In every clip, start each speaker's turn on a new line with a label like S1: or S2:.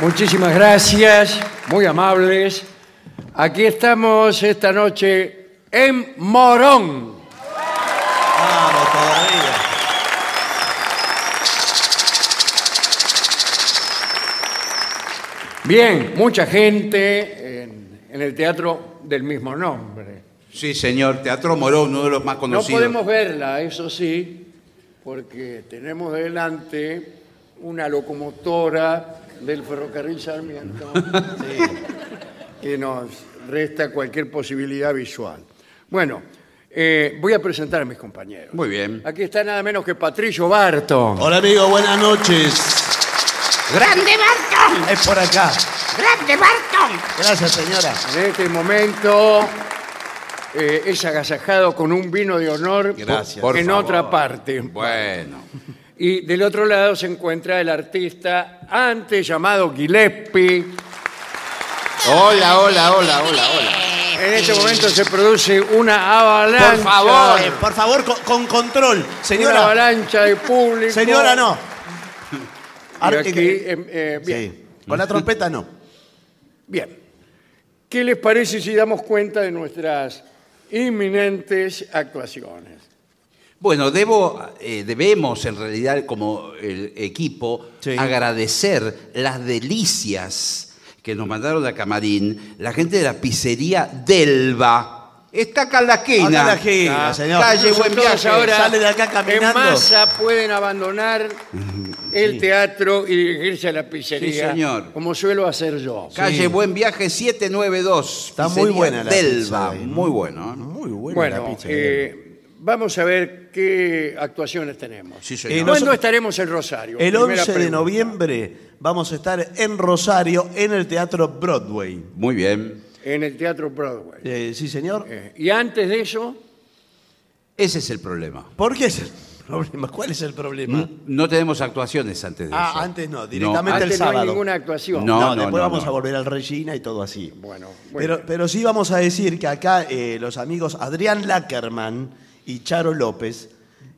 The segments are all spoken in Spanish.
S1: Muchísimas gracias, muy amables. Aquí estamos esta noche en Morón.
S2: Vamos todavía.
S1: Bien, mucha gente en, en el teatro del mismo nombre.
S2: Sí, señor. Teatro Morón, uno de los más
S1: No
S2: conocidos.
S1: podemos verla, eso sí, porque tenemos delante una locomotora del ferrocarril Sarmiento que nos resta cualquier posibilidad visual. Bueno, eh, voy a presentar a mis compañeros.
S2: Muy bien.
S1: Aquí está nada menos que Patricio Barton.
S3: Hola amigo, buenas noches.
S4: ¡Grande Barton!
S3: Es por acá.
S4: ¡Grande Barton!
S3: Gracias señora.
S1: En este momento eh, es agasajado con un vino de honor
S2: Gracias.
S1: en
S2: Por favor.
S1: otra parte.
S2: Bueno.
S1: Y del otro lado se encuentra el artista antes llamado Gillespie.
S2: Hola, hola, hola, hola, hola.
S1: En este momento se produce una avalancha.
S2: Por favor.
S3: Eh, por favor, con, con control.
S1: Una
S3: Señora,
S1: avalancha de público.
S3: señora no.
S1: Y aquí, eh, eh, bien.
S3: Sí. Con la trompeta no.
S1: Bien. ¿Qué les parece si damos cuenta de nuestras inminentes actuaciones?
S2: Bueno, debo, eh, debemos en realidad como el equipo
S3: Sí.
S2: agradecer las delicias que nos mandaron a Camarín, la gente de la pizzería Delva. Está acá en la esquina. Ah,
S3: Acá en la esquina, señor.
S2: Calle Buen
S1: Todos
S2: Viaje.
S1: ahora
S3: sale de acá caminando. Mm-hmm.
S1: En masa pueden abandonar el teatro y dirigirse a la pizzería.
S2: Sí, señor.
S1: Como suelo hacer yo.
S2: Calle Buen Viaje 792.
S3: Está muy
S2: Pizzería
S3: buena la
S2: Delva.
S3: pizza, ¿eh?
S2: muy bueno. ¿eh?
S3: Muy buena
S1: Bueno, eh, vamos a ver qué actuaciones tenemos.
S2: Sí,
S3: Eh, no-
S2: señor.
S1: ¿Cuándo
S3: nosotros-
S1: estaremos en Rosario?
S3: El
S1: Primera
S3: 11 de
S1: pregunta.
S3: noviembre vamos a estar en Rosario en el Teatro Broadway.
S2: Muy bien.
S1: En el Teatro Broadway.
S3: Eh, sí, señor.
S1: Eh, y antes de eso,
S2: Ese es el problema.
S3: ¿Por qué es el problema? ¿Cuál es el problema?
S1: Mm.
S2: No tenemos actuaciones antes de
S3: Ah,
S2: eso.
S3: antes no, directamente
S2: No,
S3: el
S1: antes no hay
S3: sábado.
S1: ninguna actuación.
S2: No, no,
S3: después
S2: no,
S3: vamos
S2: no.
S3: a volver al Regina y todo así.
S1: Bueno, bueno.
S3: Pero, pero sí vamos a decir que acá eh, los amigos Adrián Lackerman y Charo López,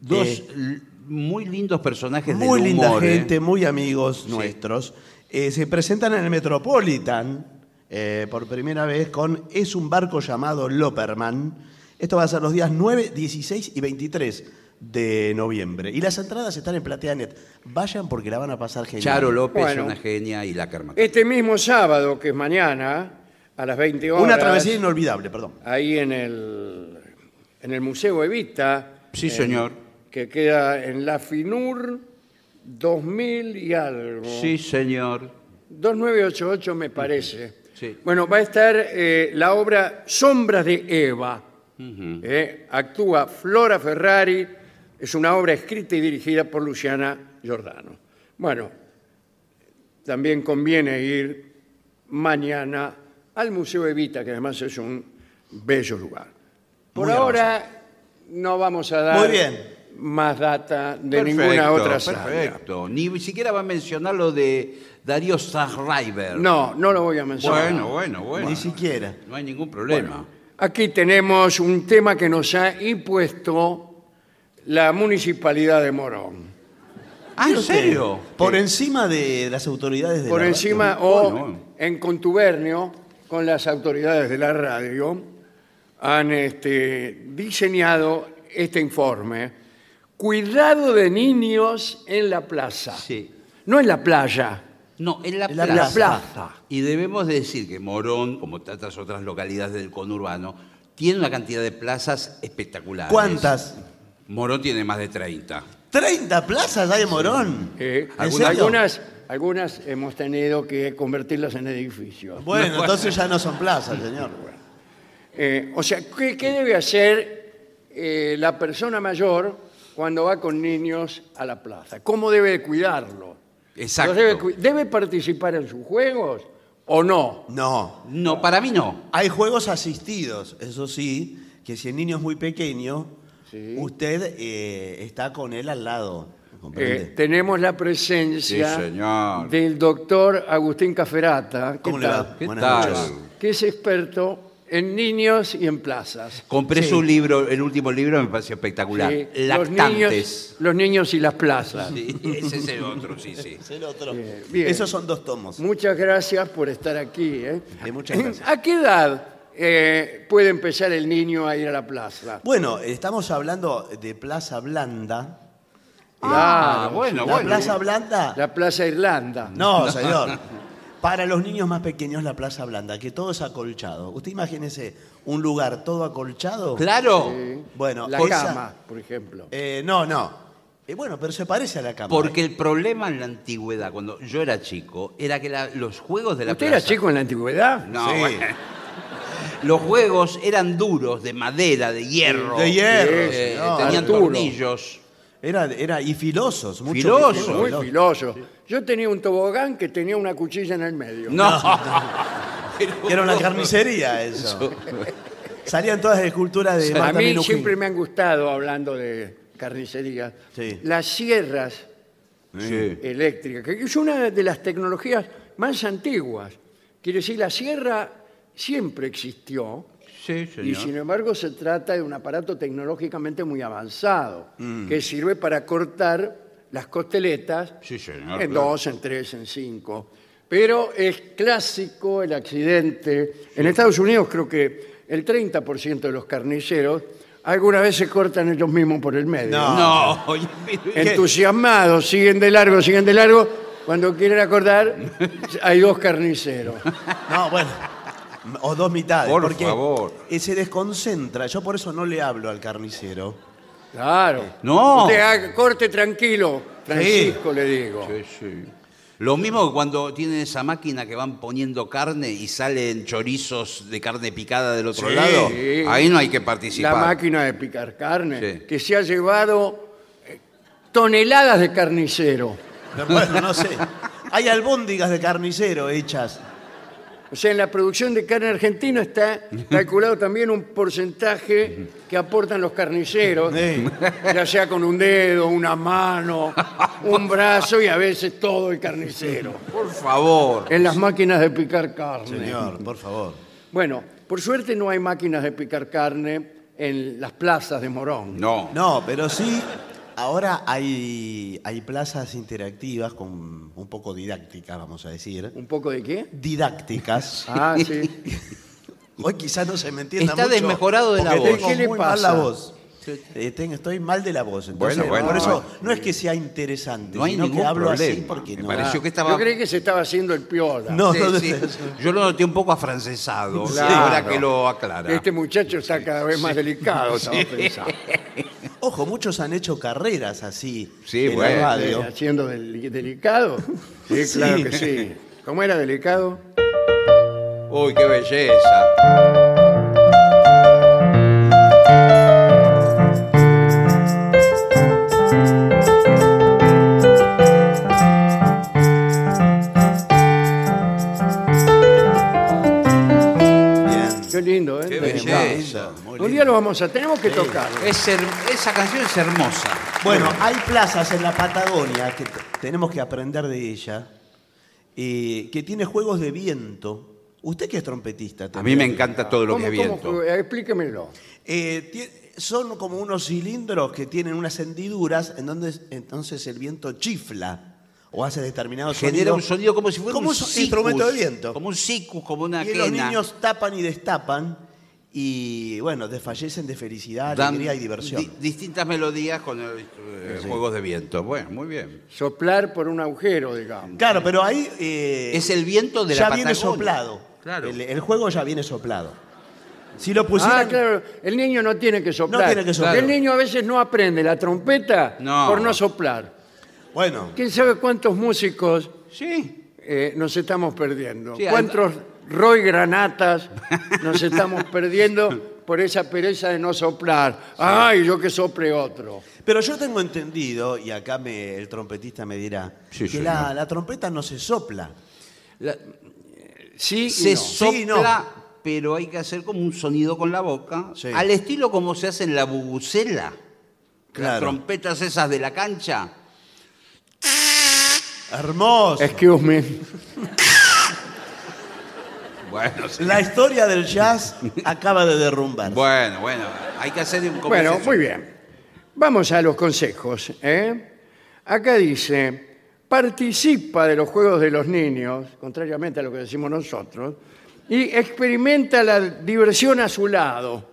S2: dos
S3: eh,
S2: l- muy lindos personajes
S3: muy
S2: del
S3: linda
S2: humor, ¿eh?
S3: gente, muy amigos nuestros, eh, se presentan en el Metropolitan eh, por primera vez con Es un barco llamado Loperman. Esto va a ser los días 9, 16 y 23 de noviembre. Y las entradas están en PlateaNet. Vayan porque la van a pasar genial.
S2: Charo López,
S1: Bueno.
S2: una genia, y la Carmen.
S1: este mismo sábado, que es mañana, a las 20 horas,
S3: Una travesía inolvidable, perdón.
S1: ahí en el, en el Museo Evita,
S2: Sí, señor.
S1: que queda en la FINUR 2000 y algo.
S2: Sí, señor.
S1: 2988 me parece.
S2: Sí.
S1: Bueno, va a estar eh, la obra Sombras de Eva. Eh, actúa Flora Ferrari. Es una obra escrita y dirigida por Luciana Giordano. Bueno, también conviene ir mañana al Museo Evita, que además es un bello lugar. Por
S3: Muy
S1: ahora no vamos a dar
S3: Muy bien.
S1: más data de
S2: Perfecto,
S1: ninguna otra sala.
S2: Perfecto. Ni siquiera va a mencionar lo de Darío Zagreiber.
S1: No, no lo voy a mencionar.
S2: Bueno, bueno, bueno.
S3: Ni siquiera.
S2: No hay ningún problema.
S1: Aquí tenemos un tema que nos ha impuesto la municipalidad de Morón.
S2: Ah, ¿en serio?
S3: Por encima de las autoridades de
S1: Por
S3: la-
S1: encima o
S2: Bueno.
S1: en contubernio con las autoridades de la radio han este, diseñado este informe. Cuidado de niños en la plaza.
S2: Eh, Sí.
S1: No en la playa,
S2: No, en la,
S3: En la
S1: en la
S2: plaza.
S1: plaza.
S2: Y debemos decir que Morón, como tantas otras localidades del conurbano, tiene una cantidad de plazas espectaculares.
S3: ¿Cuántas?
S2: Morón tiene más de 30.
S3: 30 plazas hay en Morón.
S1: Eh,
S3: ¿En
S1: algunas-
S3: serio?
S1: algunas, algunas hemos tenido que convertirlas en edificios.
S3: Bueno, entonces ya no son plazas, señor.
S1: Eh, o sea, ¿qué, qué debe hacer eh, la persona mayor cuando va con niños a la plaza? ¿Cómo debe de cuidarlo?
S2: Exacto.
S1: Los debe cu- ¿Debe participar en sus juegos o no?
S3: No.
S2: No, para mí no.
S3: Hay juegos asistidos, eso sí, que si el niño es muy pequeño, usted eh, está con él al lado. ¿comprende?
S1: Eh, tenemos la presencia
S2: Sí, señor.
S1: del doctor Agustín Caferata, ¿qué
S3: ¿Cómo le
S1: tal?
S3: va?
S2: ¿Qué
S3: Buenas
S2: tal?
S3: noches.
S1: que es experto en niños y en plazas.
S2: Compré
S3: Sí.
S2: su libro, el último libro me pareció espectacular.
S1: Sí, los, niños,
S2: Lactantes.
S1: los niños y las plazas.
S2: Sí, ese es el otro, sí, sí.
S3: Es el otro.
S1: eh, bien.
S3: Esos son dos tomos.
S1: Muchas gracias por estar aquí. ¿eh?
S3: De muchas gracias.
S1: ¿A qué edad eh, puede empezar el niño a ir a la plaza?
S3: Bueno, estamos hablando de Plaza Blanda.
S2: Ah,
S1: Claro,
S2: bueno,
S3: la
S2: bueno.
S3: Plaza Blanda.
S1: La Plaza Irlanda.
S3: No, señor. Para los niños más pequeños, la Plaza Blanda, que todo es acolchado. Usted imagínese un lugar todo acolchado.
S2: Claro,
S3: Bueno,
S1: la
S3: esa-
S1: cama, por ejemplo.
S3: Eh, no, no. Eh, bueno, pero se parece a la cama.
S2: porque el problema en la antigüedad, cuando yo era chico, era que la- los juegos de la
S1: ¿Usted
S2: plaza...
S1: era chico en la antigüedad?
S2: No,
S3: ¿eh? Sí.
S2: bueno. Los juegos eran duros, de madera, de hierro.
S3: De hierro,
S2: Eh,
S3: señor.
S2: tenían
S1: Duro.
S2: tornillos.
S3: Era, era, y filosos. Mucho
S2: Filosos.
S3: filoso,
S1: Muy
S3: filoso.
S1: filoso. Yo tenía un tobogán que tenía una cuchilla en el medio.
S2: No.
S3: Era una carnicería eso. Salían todas las esculturas de
S1: A
S3: Marta
S1: mí
S3: Minujín.
S1: siempre me han gustado, hablando de carnicería,
S3: Sí.
S1: las sierras
S2: Sí.
S1: eléctricas, que es una de las tecnologías más antiguas. Quiere decir, la sierra siempre existió
S2: Sí,
S1: y sin embargo se trata de un aparato tecnológicamente muy avanzado,
S2: Mm.
S1: que sirve para cortar las costeletas
S2: Sí, señor,
S1: en
S2: claro.
S1: dos, en tres, en cinco. Pero es clásico el accidente. En Estados Unidos creo que el 30% de los carniceros alguna vez se cortan ellos mismos por el medio.
S3: No.
S2: No.
S1: Entusiasmados, siguen de largo, siguen de largo. Cuando quieren acordar, hay dos carniceros.
S3: No, bueno. O dos mitades.
S2: Por
S3: porque
S2: favor.
S3: eh, Se desconcentra. Yo por eso no le hablo al carnicero.
S1: Claro.
S2: No.
S1: Usted haga- corte tranquilo, Francisco, le digo.
S2: Sí, sí. Lo mismo que cuando tienen esa máquina que van poniendo carne y salen chorizos de carne picada del otro
S3: Sí.
S2: lado.
S1: Sí.
S2: Ahí no hay que
S1: La
S2: participar.
S1: máquina de picar carne,
S2: Sí.
S1: que se ha llevado eh, toneladas de carnicero.
S3: Bueno, no sé. Hay albóndigas de carnicero hechas.
S1: O sea, en la producción de carne argentina está calculado también un porcentaje que aportan los carniceros,
S3: Sí.
S1: ya sea con un dedo, una mano, un brazo y a veces todo el carnicero.
S2: Por favor.
S1: En las máquinas de picar carne.
S3: Señor, por favor.
S1: Bueno, por suerte no hay máquinas de picar carne en las plazas de Morón.
S2: No.
S3: No, pero sí, ahora hay, hay plazas interactivas con un poco didácticas, vamos a decir.
S1: ¿Un poco de qué?
S3: Didácticas.
S1: Ah, sí.
S3: Hoy quizás no se me entienda
S2: Está
S3: mucho,
S2: desmejorado de la
S3: porque
S2: voz.
S3: Tengo
S1: ¿Qué le
S3: muy
S1: pasa?
S3: mal la voz. Eh, tengo- estoy mal de la voz. entonces,
S2: Bueno, bueno,
S3: por eso
S2: bueno.
S3: no es que sea interesante,
S2: No hay
S3: sino que
S2: ningún
S3: hablo así
S2: problema.
S3: porque
S2: Me
S3: no.
S2: parece- Pareció que estaba-
S1: Ah, Yo creí que se estaba haciendo el piola.
S3: No,
S2: Sí,
S3: no,
S2: sí.
S3: no,
S2: Yo lo noté un poco afrancesado.
S1: Claro.
S2: Ahora que lo aclara.
S1: Este muchacho está cada vez más delicado, estaba pensando.
S3: Ojo, muchos han hecho carreras así
S2: Sí,
S3: en
S2: bueno.
S1: Eh,
S3: la radio.
S1: ¿Haciendo del- delicado? Sí,
S3: Sí.
S1: claro que sí. ¿Cómo era delicado?
S2: Uy, qué belleza.
S3: Bien.
S1: Qué lindo, ¿eh?
S2: Qué
S1: Delicado.
S2: belleza.
S3: Muy
S1: Un día
S3: lindo.
S1: lo vamos a... Tenemos que tocarlo.
S2: Es her- esa canción es hermosa.
S3: Bueno, hay plazas en la Patagonia que t- tenemos que aprender de ella, eh, que tiene juegos de viento. Usted que es trompetista
S2: A
S3: también.
S2: mí me encanta todo lo que
S1: ¿Cómo-
S2: es
S1: cómo
S2: viento.
S1: fue? explíquemelo.
S3: Eh, tie- son como unos cilindros que tienen unas hendiduras en donde es- entonces el viento chifla o hace determinados
S2: Genera un sonido como si fuera
S3: como
S2: un
S3: so-
S2: sicus,
S3: instrumento de viento.
S2: Como un sicus, como una
S3: y los
S2: quena.
S3: niños tapan y destapan y bueno, desfallecen de felicidad,
S2: Dan
S3: alegría y diversión.
S2: di- distintas melodías con el, eh, juegos de viento. Bueno, muy bien.
S1: Soplar por un agujero, digamos.
S3: Claro, pero ahí eh,
S2: Es el viento de
S3: ya
S2: la Patagonia.
S3: viene soplado.
S2: Claro.
S3: El, el juego ya viene soplado. Si lo
S2: Pues
S3: pusieran.
S1: Ah, claro, el niño no tiene que soplar.
S3: tiene que soplar.
S1: El niño a veces no aprende la trompeta
S2: No.
S1: por no soplar.
S3: Bueno,
S1: ¿Quién sabe cuántos músicos
S2: Sí.
S1: eh, nos estamos perdiendo?
S2: Sí, hay-
S1: ¿Cuántos Roy Granatas nos estamos perdiendo por esa pereza de no soplar. ¡Ay, yo que sople otro!
S3: Pero yo tengo entendido, y acá me- el trompetista me dirá,
S2: Sí,
S3: que
S2: señor.
S3: la, la trompeta no se sopla.
S2: La-
S1: Sí, y
S2: se
S1: no.
S2: sopla,
S3: Sí, no.
S2: pero hay que hacer como un sonido con la boca,
S3: Sí.
S2: al estilo como se hace en la bubucela.
S3: Claro.
S2: Las trompetas esas de la cancha.
S3: Hermoso.
S1: Excuse me.
S2: Bueno, sí.
S3: La historia del jazz acaba de derrumbar.
S2: bueno, bueno, hay que hacer un como
S1: Bueno,
S2: es eso.
S1: muy bien. Vamos a los consejos. ¿eh? Acá dice, participa de los juegos de los niños, contrariamente a lo que decimos nosotros, y experimenta la diversión a su lado.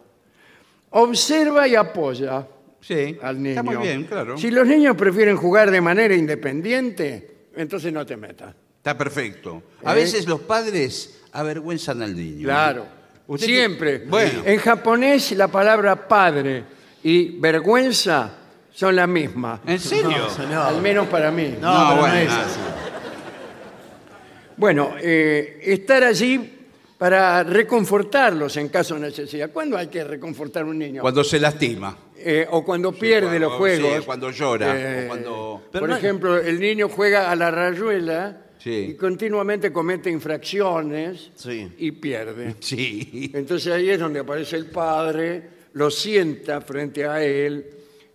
S1: Observa y apoya
S2: Sí,
S1: al niño.
S2: está muy bien, claro.
S1: Si los niños prefieren jugar de manera independiente, entonces no te metas.
S2: Está perfecto. A
S1: ¿Eh?
S2: veces los padres avergüenzan al niño.
S1: Claro.
S2: Usted que-
S1: Siempre.
S2: Bueno.
S1: En japonés la palabra padre y vergüenza son la misma.
S2: ¿En serio?
S3: No, señor.
S1: Al menos para mí.
S3: No,
S2: No,
S3: pero no
S2: bueno,
S3: es
S2: nada.
S3: así.
S1: Bueno, eh, estar allí para reconfortarlos en caso de necesidad. ¿Cuándo hay que reconfortar a un niño?
S2: Cuando se lastima.
S1: Eh, o cuando pierde
S2: cuando-
S1: los juegos. Eh,
S2: sí, cuando llora, o cuando-
S3: Pero
S1: por
S3: no hay-
S1: ejemplo, el niño juega a la rayuela
S2: Sí.
S1: y continuamente comete infracciones
S3: Sí.
S1: y pierde.
S2: Sí.
S1: Entonces ahí es donde aparece el padre, lo sienta frente a él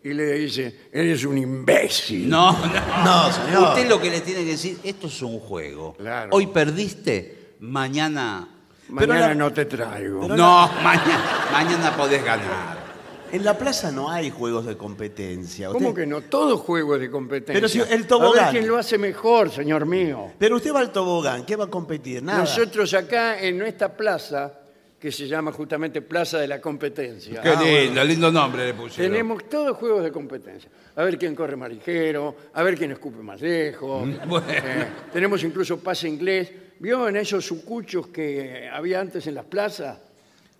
S1: y le dice, eres un imbécil.
S2: No, no.
S3: No, señor.
S2: Usted lo que le tiene que decir, esto es un juego.
S1: Claro.
S2: Hoy perdiste, mañana.
S1: Mañana
S3: Pero la-
S1: no te traigo.
S2: no, mañana, mañana podés ganar.
S3: En la plaza no hay juegos de competencia.
S1: ¿Cómo
S3: Usted-
S1: que no? Todo juego es de competencia.
S3: Pero si el
S1: A
S3: tobogán.
S1: ver quién lo hace mejor, señor mío.
S3: Pero usted va al tobogán, ¿qué va a competir? Nada.
S1: Nosotros acá en nuestra plaza, que se llama justamente Plaza de la Competencia,
S2: Qué lindo, Ah, lindo nombre le pusieron.
S1: tenemos todos juegos de competencia. A ver quién corre más ligero, a ver quién escupe más
S3: Mm,
S1: lejos.
S2: bueno.
S1: Eh, tenemos incluso pase inglés. ¿Vio en esos sucuchos que había antes en las plazas?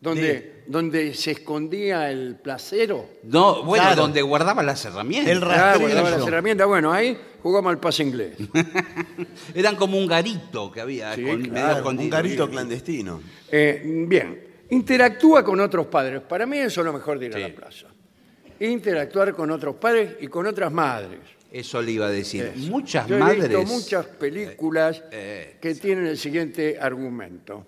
S1: Donde, donde se escondía el placero.
S2: No, bueno,
S3: Claro.
S2: donde guardaba las herramientas.
S3: El ra-
S1: Ah,
S3: Rastrillo.
S1: guardaba las herramientas. Bueno, ahí jugamos al pase inglés.
S2: Eran como un garito que había,
S1: Sí,
S2: con,
S1: claro,
S2: medio
S3: Claro, un
S2: escondido.
S3: garito clandestino.
S1: Eh, bien, interactúa con otros padres. Para mí eso es lo mejor de ir a
S2: Sí.
S1: la plaza. Interactuar con otros padres y con otras madres.
S2: Eso le iba a decir. Muchas
S1: Yo he
S2: madres.
S1: visto muchas películas
S2: eh,
S1: que tienen el siguiente argumento.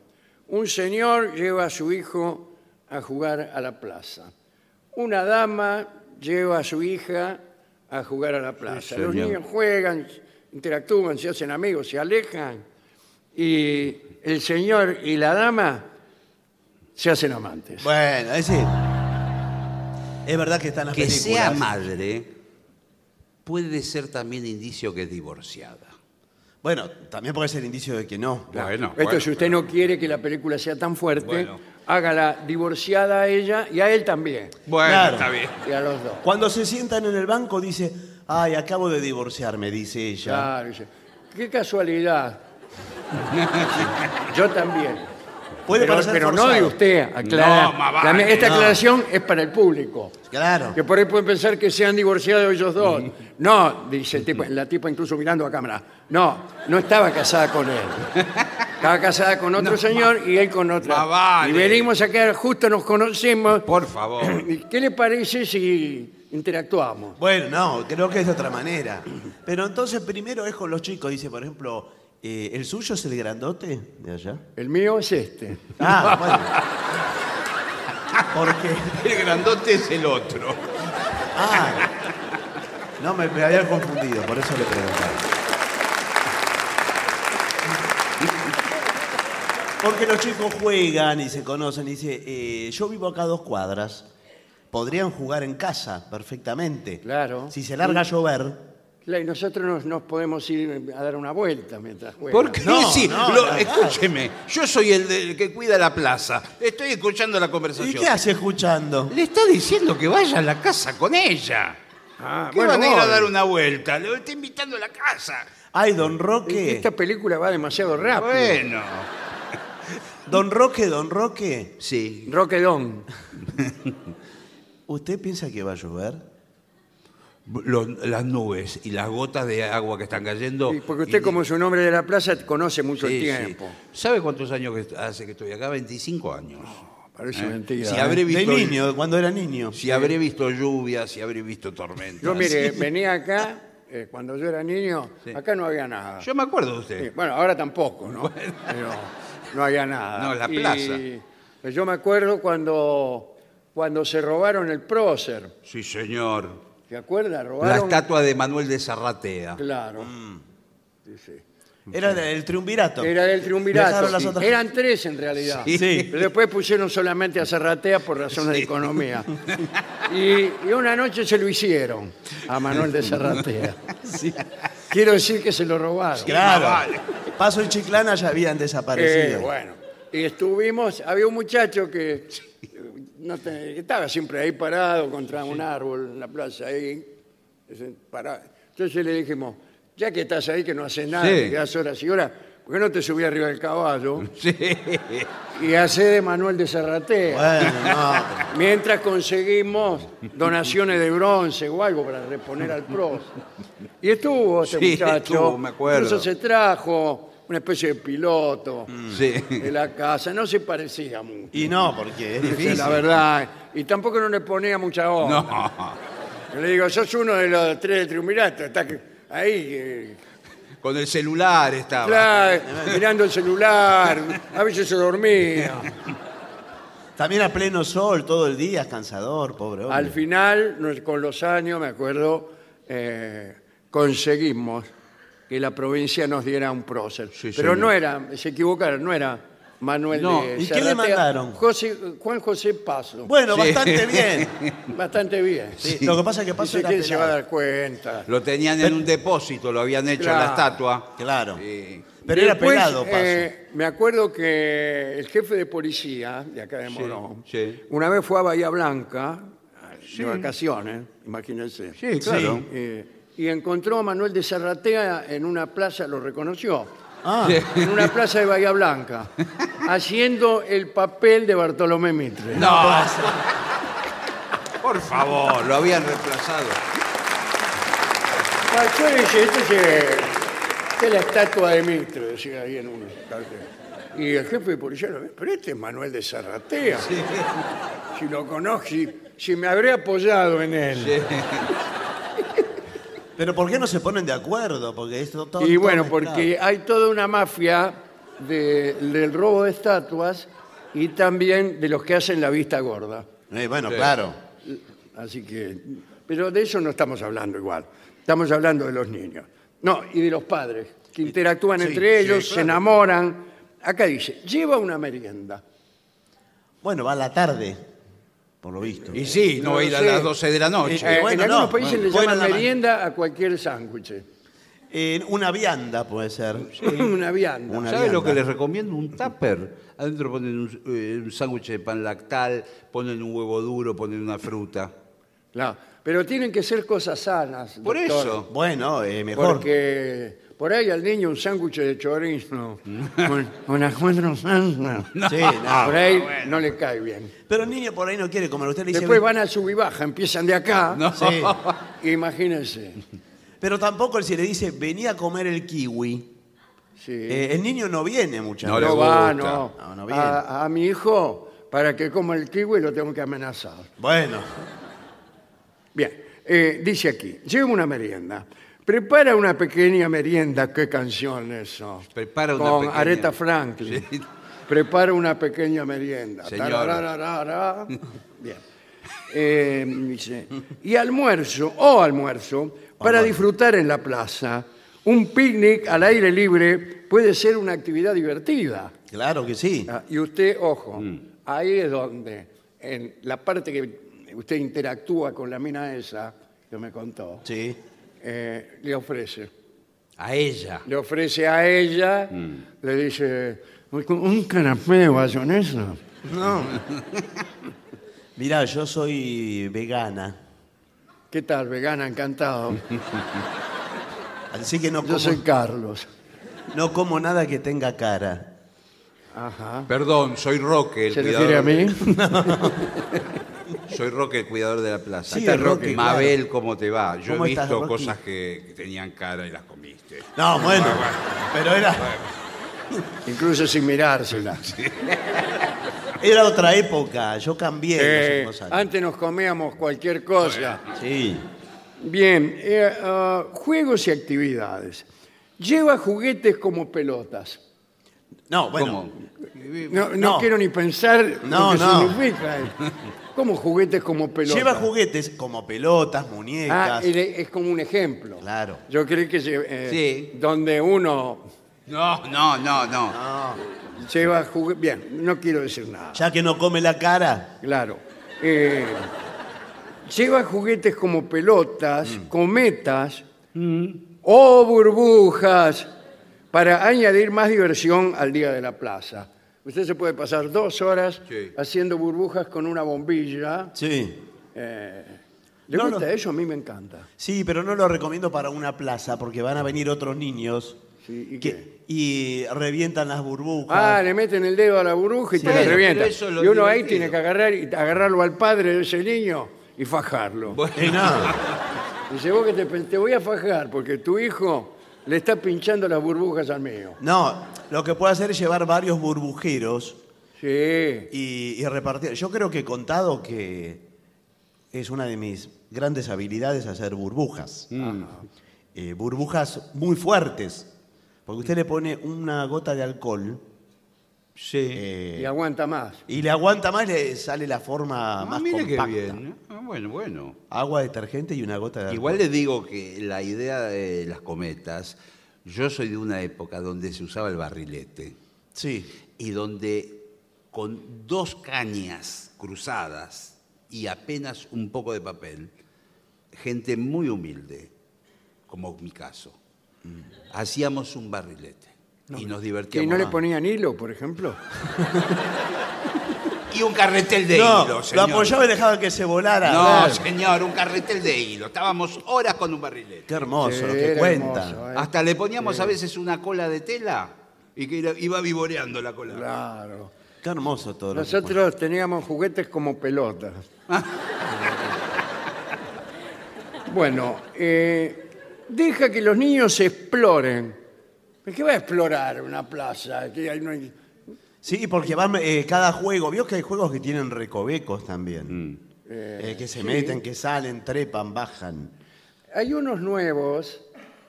S1: Un señor lleva a su hijo a jugar a la plaza. Una dama lleva a su hija a jugar a la plaza. Los
S2: señor.
S1: niños juegan, interactúan, se hacen amigos, se alejan. Y el señor y la dama se hacen amantes.
S3: Bueno, es decir. Es verdad que están las
S2: que
S3: películas.
S2: sea madre puede ser también indicio que es divorciada.
S3: Bueno, también puede ser indicio de que no.
S2: Bueno,
S1: Esto si usted no quiere que la película sea tan fuerte,
S2: Bueno.
S1: hágala divorciada a ella y a él también.
S2: Bueno,
S3: Claro.
S2: está bien.
S1: Y a los dos.
S3: Cuando se sientan en el banco dice, ay, acabo de divorciarme, dice ella.
S1: Claro, dice, qué casualidad. Yo también.
S3: Puede
S1: pero
S3: parecer
S1: pero no
S3: forzado.
S1: de usted, aclara.
S2: No, más vale,
S1: También esta
S3: no.
S1: aclaración es para el público.
S3: Claro.
S1: Que por ahí pueden pensar que se han divorciado ellos dos. No, dice el tipo, la tipa incluso mirando a cámara. No, no estaba casada con él. Estaba casada con otro señor y él con otra.
S2: más vale.
S1: Y venimos acá, justo nos conocemos.
S2: Por favor.
S1: ¿Y ¿Qué le parece si interactuamos?
S3: Bueno, no, creo que es de otra manera. Pero entonces primero es con los chicos, dice, por ejemplo, eh, ¿el suyo es el grandote de allá?
S1: El mío es este.
S3: Ah, bueno. Porque.
S2: El grandote es el otro.
S3: Ah. No, me, me había confundido, por eso le preguntaba. Porque los chicos juegan y se conocen y dice, eh, yo vivo acá a dos cuadras. Podrían jugar en casa perfectamente.
S1: Claro.
S3: Si se larga a llover.
S1: Claro, y nosotros nos, nos podemos ir a dar una vuelta mientras juegan.
S2: ¿Por qué?
S3: No,
S2: Sí,
S3: no,
S2: lo-
S3: no,
S2: escúcheme, yo soy el, del que cuida la plaza. Estoy escuchando la
S3: ¿Y
S2: conversación.
S3: qué hace escuchando?
S2: Le está diciendo que vaya a la casa con ella.
S1: Ah,
S2: ¿Qué
S1: bueno,
S2: van a ir a
S1: voy.
S2: dar una vuelta? Le está invitando a la casa.
S3: Ay, don
S1: Esta
S3: Roque.
S1: película va demasiado rápido.
S2: Bueno.
S3: Don Roque, don Roque.
S2: Sí.
S1: Roquedón.
S3: ¿Usted piensa que va a llover?
S2: Los- las nubes y las gotas de agua que están cayendo.
S1: Sí, porque usted,
S2: Y-
S1: como es un hombre de la plaza, conoce mucho
S2: Sí,
S1: el
S2: sí.
S1: tiempo.
S2: ¿Sabe cuántos años que est- hace que estoy acá? 25 años.
S1: Parece mentira.
S2: Si
S1: ¿eh?
S3: De
S2: habré visto,
S3: niño, cuando era niño.
S2: si habré visto lluvia, si habré visto tormentas.
S1: Yo, mire, venía acá, eh, cuando yo era niño,
S2: Ah, Sí.
S1: acá no había nada.
S2: Yo me acuerdo de
S1: Sí,
S2: usted.
S1: Bueno, ahora tampoco, ¿no? Pero no había nada.
S2: No, la
S1: Y,
S2: plaza.
S1: pues, yo me acuerdo cuando, cuando se robaron el prócer.
S2: Sí, señor.
S1: ¿Se acuerda?
S2: La
S1: Robaron.
S2: estatua Mm. de Manuel de Zarratea.
S1: Claro. Sí, sí.
S3: Era el- el triunvirato.
S1: Era del triunvirato.
S3: Dejaron las otras-
S1: Eran tres en realidad.
S2: Sí.
S3: Sí.
S1: Pero después pusieron solamente a Zarratea por razones de economía. Y, y una noche se lo hicieron a Manuel de Zarratea. Quiero decir que se lo robaron.
S3: Claro. Paso y Chiclana ya habían
S1: Eh,
S3: desaparecido.
S1: bueno, y estuvimos, había un muchacho que eh, no te- estaba siempre ahí parado contra un árbol en la plaza ahí. ese, parado. Entonces le dijimos, ya que estás ahí que no haces nada,
S2: Sí.
S1: que quedás horas y horas, ¿por qué no te subí arriba del caballo?
S2: Sí.
S1: Y hacé de Manuel de Serratea.
S3: Bueno, no.
S1: Mientras conseguimos donaciones de bronce o algo para reponer al pros. Y estuvo ese
S2: Sí,
S1: muchacho.
S2: estuvo, me acuerdo.
S1: Incluso se trajo una especie de piloto
S3: Mm.
S2: Sí.
S1: de la casa. No se parecía mucho.
S3: Y no, porque
S1: esa
S3: es
S1: es
S3: difícil.
S1: la verdad. Y tampoco no le ponía mucha onda.
S2: No.
S1: Yo le digo, sos uno de los tres de triunvirato. Estás que- ahí, eh,
S2: Con el celular
S3: Ah,
S2: estaba.
S1: claro, mirando el celular. A veces se dormía.
S3: También a pleno sol, todo el día, es cansador, pobre hombre.
S1: Al final, nos- con los años, me acuerdo, eh, conseguimos que la provincia nos diera un prócer.
S2: Sí,
S1: Pero
S2: señor.
S1: no era, se equivocaron, no era Manuel
S2: No,
S1: de
S3: ¿y qué
S1: Zarratea,
S3: le mandaron?
S1: José- Juan José Paso.
S3: Bueno,
S2: Sí.
S3: bastante bien.
S1: Bastante bien.
S3: Sí, Lo que pasa es que
S1: No
S3: Paso
S1: sé
S3: era
S1: quién se va a
S3: pelado.
S1: dar cuenta.
S2: Lo tenían en un depósito, lo habían hecho en la
S1: Claro.
S2: estatua.
S3: Claro.
S2: Sí.
S3: Pero era
S1: Después,
S3: pelado, Paso.
S1: eh, me acuerdo que el jefe de policía de acá de Morón,
S2: sí.
S1: una vez fue a Bahía Blanca, de vacaciones, imagínense.
S2: Sí, claro.
S1: Eh, y encontró a Manuel de Serratea en una plaza, lo reconoció,
S3: Ah,
S1: en una plaza de Bahía Blanca, haciendo el papel de Bartolomé Mitre.
S2: No. Por favor, lo habían reemplazado.
S1: Ah, yo dije, esto es, eh, esta es la estatua de Mitre, decía ahí en un cartel. Y el jefe de policía lo ve, pero este es Manuel de Zarratea. Si lo conozco, si, si me habré apoyado en él.
S3: pero ¿por qué no se ponen de acuerdo? Porque esto todo.
S1: Y
S3: todo
S1: bueno,
S3: mezclado.
S1: porque hay toda una mafia de- del robo de estatuas y también de los que hacen la vista gorda.
S3: Eh, bueno, claro.
S1: Así que, pero de eso no estamos hablando igual. Estamos hablando de los niños. No, y de los padres, que interactúan entre ellos, se enamoran. Acá dice, lleva una merienda.
S3: Bueno, va a la tarde, por lo visto.
S2: Y sí,
S1: No
S2: no, va a
S1: lo
S2: ir a
S1: sé.
S2: las 12 de la noche.
S1: Eh,
S3: bueno,
S1: en algunos
S3: no,
S1: países
S3: bueno,
S1: le llaman
S3: bueno, nada más.
S1: merienda a cualquier sándwich.
S3: Eh, una vianda puede ser.
S1: una vianda.
S3: Una
S2: ¿Sabe lo que
S3: vianda.
S2: les recomiendo? Un tupper. Adentro ponen un, eh, un sándwich de pan lactal, ponen un huevo duro, ponen una fruta.
S1: Claro. Pero tienen que ser cosas sanas.
S2: Por
S1: doctor.
S2: eso.
S3: Bueno, eh, mejor.
S1: Porque por ahí al niño un sándwich de chorizo con, con almendra salsa.
S3: Sí, Mm. no.
S1: por ahí no le cae bien.
S3: Pero el niño por ahí no quiere comer. Usted le dice.
S1: Después van a sub y baja, empiezan de acá.
S2: No.
S3: Sí.
S1: Imagínense.
S3: Pero tampoco si le dice, venía a comer el kiwi.
S1: sí.
S3: Eh, el niño no viene muchas
S2: No
S3: veces.
S2: le
S1: no va,
S2: gusta.
S1: no. Ah.
S3: No, no viene.
S1: a, a mi hijo, para que coma el kiwi, lo tengo que amenazar.
S3: Bueno,
S1: Bien, eh, dice aquí, lleva una merienda. Prepara una pequeña merienda, qué canción eso.
S2: Prepara una
S1: Con
S2: pequeña-
S1: Aretha Franklin.
S2: Sí.
S1: Prepara una pequeña merienda.
S2: Señora.
S1: Tarararara. Bien. Eh, dice, y almuerzo, o almuerzo, para disfrutar en la plaza. Un picnic al aire libre puede ser una actividad divertida.
S3: claro que sí.
S1: Ah, Y usted, ojo, ahí es donde, en la parte que usted interactúa con la mina esa, que me contó,
S3: Sí.
S1: eh, le ofrece.
S2: A ella.
S1: Le ofrece a ella, le dice, "Un- un canapé de bayonesa.
S3: Mirá, yo soy vegana.
S1: ¿Qué tal, vegana? Encantado.
S3: Así que no como,
S1: Yo soy Carlos.
S3: no como nada que tenga cara.
S1: Ajá.
S2: Perdón, soy Roque, el
S1: ¿Se
S2: cuidador.
S1: refiere a mí?
S2: Soy Roque, el cuidador de la plaza.
S3: Sí,
S2: Ahí está
S3: Roque, claro.
S2: Mabel, ¿cómo te va? Yo
S3: ¿Cómo
S2: he
S3: estás,
S2: visto
S3: Rocky?
S2: cosas que, que tenían cara y las comiste.
S3: No, bueno. Pero era.
S1: Incluso sin mirársela.
S3: Era otra época, yo cambié en los
S1: Eh,
S3: últimos años.
S1: antes nos comíamos cualquier cosa.
S3: Sí.
S1: Bien, eh, ah, juegos y actividades. Lleva juguetes como pelotas.
S3: No, bueno.
S2: ¿Cómo?
S1: No, no
S3: No.
S1: quiero ni pensar lo
S3: No,
S1: que
S3: no.
S1: significa. ¿Cómo juguetes como pelotas?
S3: Lleva juguetes como pelotas,
S1: Ah,
S3: muñecas.
S1: era- es como un ejemplo.
S3: Claro.
S1: Yo creo que lle- eh,
S2: Sí.
S1: donde uno
S2: No, no, no, no.
S1: lleva juguetes... Bien, no quiero decir nada.
S3: Ya que no come la cara.
S1: Claro. Eh, lleva juguetes como pelotas,
S2: Mm.
S1: cometas o burbujas para añadir más diversión al día de la plaza. Usted se puede pasar dos horas
S2: Sí.
S1: haciendo burbujas con una bombilla. eh,
S3: Sí.
S1: ¿Le
S3: No,
S1: gusta
S3: no.
S1: eso? A mí me encanta.
S3: Sí, pero no lo recomiendo para una plaza porque van a venir otros niños
S1: Sí, ¿y
S3: que, y revientan las burbujas.
S1: Ah, le meten el dedo a la burbuja y te la
S2: Bueno,
S1: revienta.
S2: pero eso es lo
S1: Y uno ahí
S2: divertido.
S1: tiene que agarrar y agarrarlo al padre de ese niño y fajarlo.
S3: Y Eh, no.
S1: Dice, vos que te, te voy a fajar porque tu hijo le está pinchando las burbujas al mío.
S3: No, lo que puede hacer es llevar varios burbujeros
S1: Sí.
S3: y, y repartir. Yo creo que he contado que es una de mis grandes habilidades hacer burbujas.
S1: Mm.
S3: Ah, Eh, burbujas muy fuertes. Porque usted le pone una gota de alcohol
S2: Sí.
S3: eh,
S1: Y aguanta más.
S3: y le aguanta más y le sale la forma
S2: Ah,
S3: más
S2: mire
S3: compacta.
S2: qué bien. Ah, bueno, bueno.
S3: Agua, detergente y una gota de alcohol.
S2: Igual le digo que la idea de las cometas, yo soy de una época donde se usaba el barrilete
S3: Sí.
S2: y donde con dos cañas cruzadas y apenas un poco de papel, gente muy humilde, como mi caso, hacíamos un barrilete y nos
S1: ¿Que
S2: divertíamos.
S1: no le
S2: más.
S1: ponían hilo, por ejemplo?
S2: Y un carretel de
S3: no,
S2: hilo,
S3: lo
S2: señor.
S3: apoyaba y dejaba que se volara.
S2: No,
S3: Claro.
S2: señor, un carretel de hilo. Estábamos horas con un barrilete.
S3: Qué hermoso
S1: Sí,
S3: lo que
S1: era
S3: cuenta.
S1: hermoso, ¿eh?
S2: Hasta le poníamos a veces una cola de tela y que era- iba vivoreando la cola.
S1: Claro.
S3: Qué hermoso todo. lo que
S1: Nosotros teníamos juguetes como pelotas. bueno, eh, deja que los niños se exploren. ¿Pero ¿Qué va a explorar una plaza? Que ahí no hay-
S3: Sí, porque van, eh, cada juego, vio que hay juegos que tienen recovecos también.
S2: Mm.
S3: Eh, que se meten, que salen, trepan, bajan.
S1: Hay unos nuevos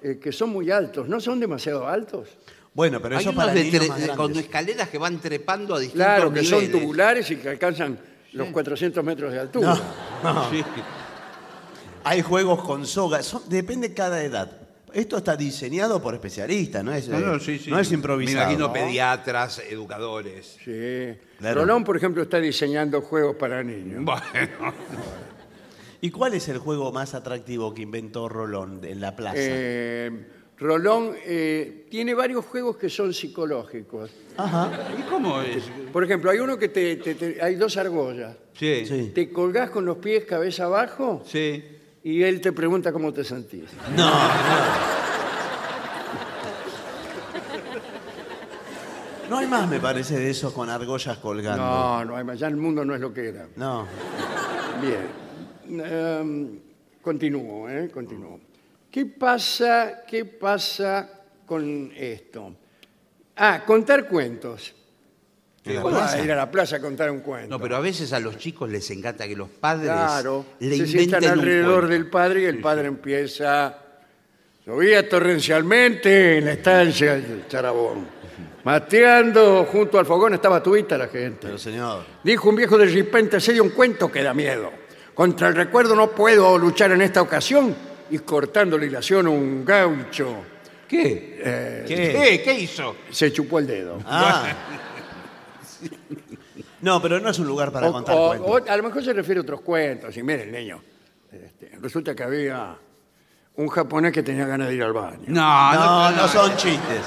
S1: eh, que son muy altos. ¿No son demasiado altos?
S3: Bueno, pero
S2: Hay
S3: eso
S2: unos
S3: para
S2: de
S3: niños
S2: tre-
S3: más
S2: de- con
S3: grandes.
S2: escaleras que van trepando a distintos
S1: Claro, que son
S2: niveles.
S1: tubulares y que alcanzan los 400 metros de altura.
S2: Sí.
S3: Hay juegos con soga, son- depende de cada edad. Esto está diseñado por especialistas, no es,
S2: No,
S3: eh,
S2: no, sí, sí.
S3: no es improvisado.
S2: Me imagino pediatras, educadores.
S1: Sí.
S3: Claro.
S1: Rolón, por ejemplo, está diseñando juegos para niños.
S2: Bueno,
S3: ¿Y cuál es el juego más atractivo que inventó Rolón en la plaza?
S1: Eh, Rolón eh, tiene varios juegos que son psicológicos.
S3: Ajá.
S2: ¿y cómo es?
S1: Por ejemplo, hay uno que te, te- te- hay dos argollas.
S2: Sí, sí.
S3: Sí.
S1: Te colgás con los pies cabeza abajo y él te pregunta cómo te sentís.
S3: No hay más, me parece, de esos con argollas colgando.
S1: No, no, hay más, ya el mundo no es lo que era.
S3: No.
S1: Bien. Em, continúo, ¿eh? Continúo. ¿Qué pasa, ¿Qué pasa con esto? Ah, contar cuentos.
S3: ¿En la
S1: ¿Cómo va
S3: plaza?
S1: a ir a la plaza a contar un cuento?
S2: No, pero a veces a los chicos les encanta que los padres
S1: Claro,
S2: le
S1: se
S2: inventen
S1: sientan alrededor
S2: un cuento.
S1: del padre y el padre empieza. Llovía torrencialmente en la estancia de Charabón. Mateando junto al fogón estaba tuita la gente.
S3: Pero señor.
S1: Dijo un viejo de repente, se dio un cuento que da miedo. Contra el recuerdo no puedo luchar en esta ocasión. Y cortando la hilación un gaucho
S2: ¿Qué?
S1: Eh,
S3: ¿Qué?
S2: ¿Qué? ¿Qué hizo?
S1: se chupó el dedo.
S3: Ah. No, pero no es un lugar para
S1: O-
S3: contar
S1: o-
S3: cuentos.
S1: o- a lo mejor se refiere a otros cuentos. Y miren, niño, este, resulta que había un japonés que tenía ganas de ir al baño.
S2: Ah, No,
S3: No, no son chistes.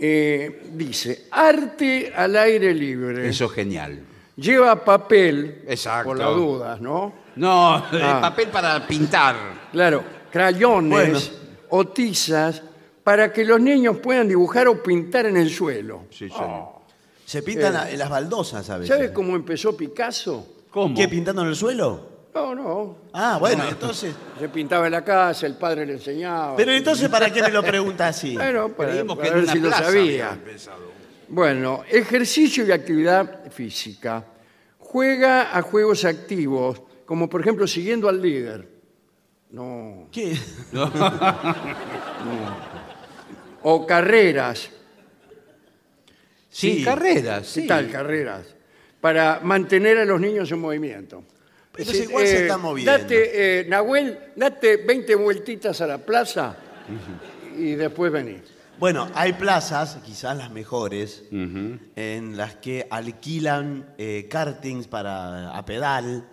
S1: Eh, dice, arte al aire libre.
S2: Eso es genial.
S1: Lleva papel,
S2: Exacto.
S1: por las dudas, ¿no?
S2: No, el
S1: Ah.
S2: papel para pintar.
S1: Claro, crayones
S3: Bueno.
S1: o tizas para que los niños puedan dibujar o pintar en el suelo.
S2: Sí, sí.
S3: Se pintan
S1: Eh,
S3: la- las baldosas a veces.
S1: ¿Sabes cómo empezó Picasso?
S2: ¿Cómo?
S3: ¿Qué, pintando en el suelo?
S1: No, no.
S3: Ah, bueno, entonces...
S1: Se pintaba en la casa, el padre le enseñaba.
S3: Pero entonces, ¿para qué me lo pregunta así?
S1: bueno, para,
S2: Creímos que
S1: para
S2: en
S1: ver
S2: una
S1: si lo
S2: plaza
S1: sabía.
S2: habían pensado.
S1: Bueno, ejercicio y actividad física. Juega a juegos activos, como por ejemplo siguiendo al líder. No.
S3: ¿Qué?
S1: O carreras.
S2: Sin carreras, sí.
S1: ¿Qué tal carreras? Para mantener a los niños en movimiento.
S3: Pero
S1: Decir,
S3: igual se
S1: eh,
S3: está moviendo.
S1: Date, eh, Nahuel, date 20 vueltitas a la plaza y después venís.
S3: Bueno, hay plazas, quizás las mejores, en las que alquilan eh, kartings para a pedal.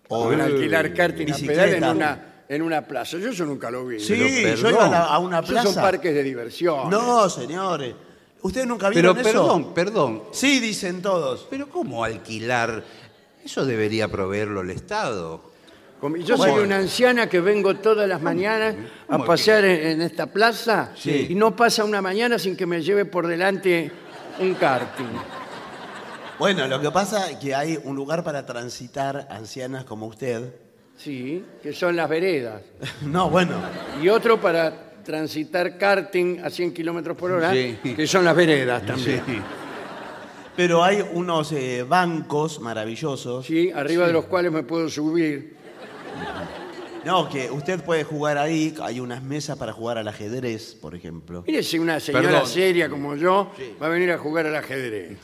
S3: eh,
S1: O en Ah, alquilar karting a pedal en
S3: bicicleta.
S1: una, en una plaza. Yo eso nunca lo vi.
S3: Sí,
S2: Pero
S3: yo iba a, la-
S2: perdón,
S3: a una
S1: Esos son
S3: plaza.
S1: parques de diversión.
S3: No, señores. ¿Ustedes nunca
S2: Pero
S3: vieron eso?
S2: perdón, perdón.
S3: Sí, dicen todos.
S2: Pero ¿cómo alquilar? Eso debería proveerlo el Estado.
S1: Como- Yo soy
S3: Bueno.
S1: una anciana que vengo todas las mañanas a pasear en, en esta plaza
S3: Sí.
S1: y no pasa una mañana sin que me lleve por delante un karting.
S3: Bueno, lo que pasa es que hay un lugar para transitar ancianas como usted.
S1: Sí, que son las veredas.
S3: No, bueno.
S1: Y otro para transitar karting a 100 kilómetros por hora,
S2: Sí.
S1: que son las veredas también. Sí,
S3: Pero hay unos eh, bancos maravillosos.
S1: arriba de los cuales me puedo subir.
S3: No, que usted puede jugar ahí. Hay unas mesas para jugar al ajedrez, por ejemplo.
S1: Mire si una señora
S2: Perdón.
S1: seria como yo va a venir a jugar al ajedrez.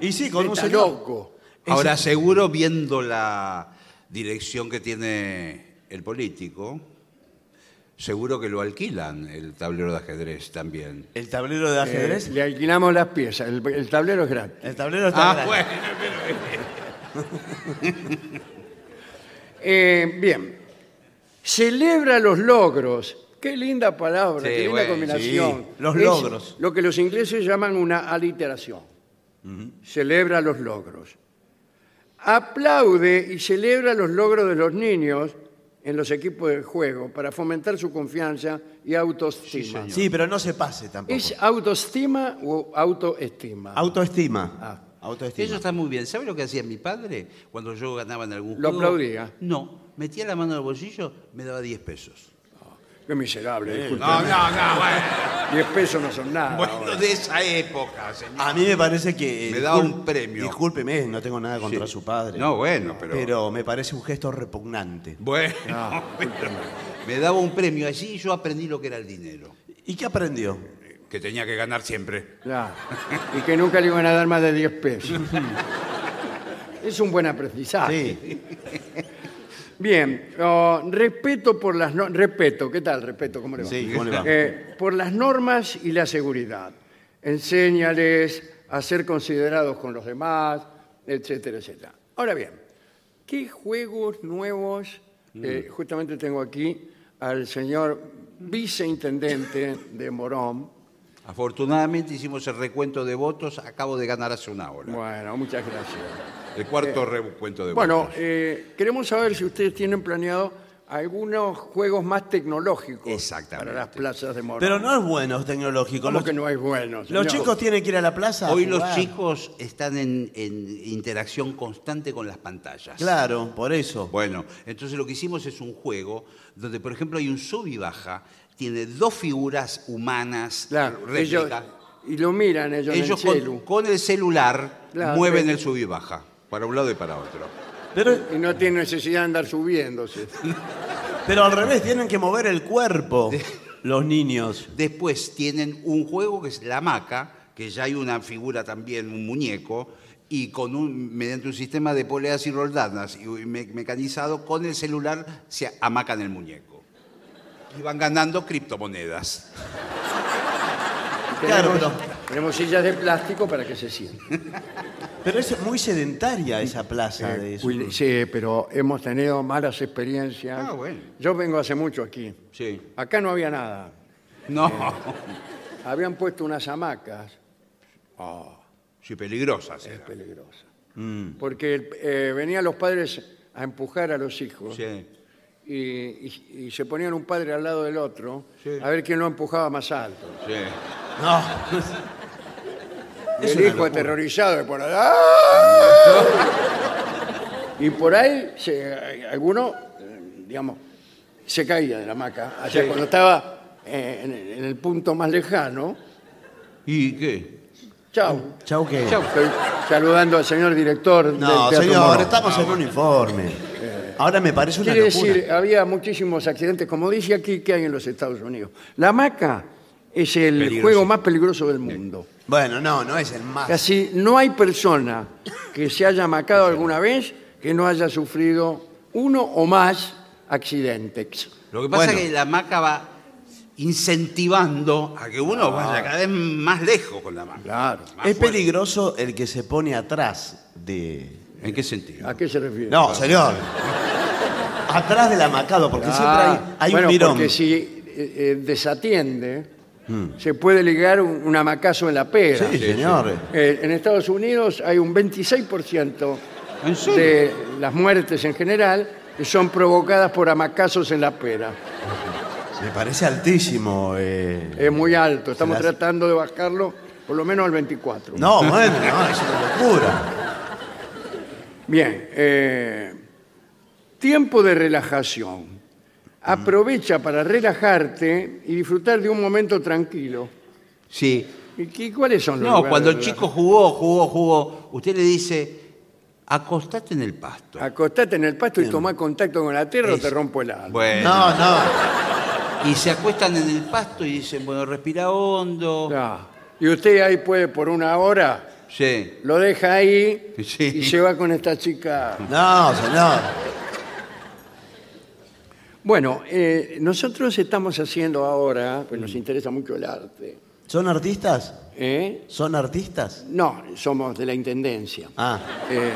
S3: Y sí, con un
S1: Está
S3: señor.
S1: loco.
S2: Ahora, seguro viendo la dirección que tiene el político, seguro que lo alquilan el tablero de ajedrez también.
S3: El tablero de ajedrez.
S1: Eh, Le alquilamos las piezas, el, el tablero es gratis.
S3: el tablero está
S2: Ah,
S3: grande.
S2: bueno,
S1: Eh, bien. Celebra los logros. Qué linda palabra,
S2: Sí,
S1: qué linda
S2: bueno,
S1: combinación.
S3: sí, los
S1: Es
S3: logros.
S1: Lo que los ingleses llaman una aliteración. Celebra los logros. Aplaude y celebra los logros de los niños en los equipos de juego para fomentar su confianza y autoestima.
S3: Sí, pero no se pase tampoco.
S1: ¿Es autoestima o autoestima?
S3: Autoestima.
S1: Ah.
S3: Autoestima.
S2: eso está muy bien. ¿Sabe lo que hacía mi padre cuando yo ganaba en algún
S1: Lo
S2: juego?
S1: aplaudía.
S2: No, metía la mano en el bolsillo, me daba 10 pesos.
S1: Qué miserable,
S2: No,
S1: discúlpeme.
S2: no, no, bueno.
S1: 10 pesos no son nada. ahora.
S2: Bueno, de esa época, señor.
S3: A mí me parece que. eh,
S2: Me da un premio.
S3: Discúlpeme, no tengo nada contra su padre.
S2: No, bueno, pero...
S3: Pero me parece un gesto repugnante.
S2: Bueno, pero me daba un premio allí y yo aprendí lo que era el dinero.
S3: ¿Y qué aprendió?
S2: Que tenía que ganar siempre.
S1: Claro. Y que nunca le iban a dar más de 10 pesos. es un buen aprendizaje.
S3: Sí.
S1: Bien, oh, respeto por las no- respeto, ¿qué tal? Respeto, ¿cómo le va?
S3: Sí, ¿cómo le va?
S1: Eh, por las normas y la seguridad. Enséñales a ser considerados con los demás, etcétera, etcétera. Ahora bien, ¿qué juegos nuevos? Eh,
S3: Mm.
S1: justamente tengo aquí al señor viceintendente de Morón.
S2: Afortunadamente hicimos el recuento de votos, acabo de ganar hace una hora.
S1: Bueno, muchas gracias.
S2: El cuarto recuento de
S1: Bueno,
S2: votos.
S1: eh, queremos saber si ustedes tienen planeado algunos juegos más tecnológicos
S2: Exactamente.
S1: para las plazas de Morón.
S3: Pero no es bueno, es tecnológico.
S1: ¿Cómo
S3: Los-
S1: que no hay buenos?
S3: Los
S1: señor?
S3: chicos tienen que ir a la plaza. a
S2: Hoy los
S3: jugar.
S2: chicos están en, en interacción constante con las pantallas.
S3: Claro, por eso.
S2: Bueno, entonces lo que hicimos es un juego donde, por ejemplo, hay un sub y baja, tiene dos figuras humanas,
S1: Claro, ellos,
S2: réplica.
S1: y lo miran ellos,
S2: Ellos
S1: en el
S2: con,
S1: celu,
S2: con el celular
S1: Claro, eh,
S2: mueven
S1: sí.
S2: el sub y baja, para un lado y para otro.
S3: Pero,
S1: y no tienen necesidad de andar subiéndose.
S3: pero al revés, tienen que mover el cuerpo los niños.
S2: Después tienen un juego que es la hamaca, que ya hay una figura también, un muñeco, y con un, mediante un sistema de poleas y roldanas y me- mecanizado, con el celular se hamacan el muñeco. Y van ganando criptomonedas.
S3: Claro,
S1: tenemos,
S3: pero-
S1: tenemos sillas de plástico para que se sienten.
S3: Pero es muy sedentaria esa
S1: Eh,
S3: plaza de eso.
S1: Cuide- Sí, pero hemos tenido malas experiencias.
S2: Ah, bueno.
S1: Yo vengo hace mucho aquí.
S2: Sí.
S1: Acá no había nada.
S2: No.
S1: Habían puesto unas hamacas
S2: Ah, Sí, peligrosas. eran.
S1: peligrosas.
S3: Mm.
S1: Porque eh, venían los padres a empujar a los hijos.
S2: Sí.
S1: y, y- y se ponían un padre al lado del otro a ver quién lo empujaba más alto.
S2: Sí.
S3: No.
S1: Y
S3: Es
S1: el
S3: una
S1: hijo
S3: locura.
S1: aterrorizado y por ahí, ¡ah! y por ahí se- alguno, eh, digamos, se caía de la hamaca. O sea, cuando estaba eh, en, en el punto más lejano,
S2: ¿Y qué?
S1: Chau.
S3: Chau, ¿qué?
S1: Chau. Estoy saludando al señor director del
S3: No,
S1: Teatro
S3: señor,
S1: Moro.
S3: estamos en uniforme. Ahora me parece una
S1: Quiere
S3: locura.
S1: decir, había muchísimos accidentes, como dice aquí, que hay en los Estados Unidos. La hamaca es el
S2: Peligroso.
S1: juego más peligroso del mundo.
S3: Bueno, no, no es el más.
S1: Casi no hay persona que se haya amacado alguna vez que no haya sufrido uno o más accidentes.
S2: Lo que pasa
S3: Bueno.
S2: es que la hamaca va incentivando a que uno vaya cada vez más lejos con la hamaca.
S1: Claro.
S2: Más
S3: Es
S2: fuerte.
S3: peligroso el que se pone atrás de.
S2: ¿En qué sentido?
S1: ¿A qué se refiere?
S3: No, señor. Atrás del amacado, porque
S1: Ah,
S3: siempre hay, hay
S1: bueno,
S3: un mirón.
S1: porque si eh, eh, desatiende, se puede ligar un, un hamacazo en la pera.
S3: Hmm. Sí, señor.
S1: Eh, en Estados Unidos hay un 26%
S2: ¿En serio?
S1: de las muertes en general que son provocadas por hamacazos en la pera.
S3: Me parece altísimo. eh.
S1: Es muy alto, estamos
S3: las-
S1: tratando de bajarlo por lo menos al 24.
S3: No, bueno, no, es una locura.
S1: Bien, eh, tiempo de relajación. Aprovecha para relajarte y disfrutar de un momento tranquilo.
S2: Sí.
S1: ¿Y qué- cuáles son los
S2: No,
S1: lugares
S2: cuando
S1: de
S2: el chico jugó, jugó, jugó, usted le dice, acostate en el pasto.
S1: Acostate en el pasto y tomá contacto con la tierra o te rompo el alma.
S2: Bueno.
S3: No, no.
S2: Y se acuestan en el pasto y dicen, bueno, respira hondo.
S1: Ya. Y usted ahí puede por una hora,
S2: Sí.
S1: lo deja ahí
S2: Sí.
S1: y se va con esta chica.
S3: No, señor.
S1: Bueno, eh, nosotros estamos haciendo ahora, pues nos interesa mucho el arte.
S3: ¿Son artistas?
S1: ¿eh?
S3: ¿Son artistas?
S1: No, somos de la Intendencia.
S3: Ah.
S1: Eh,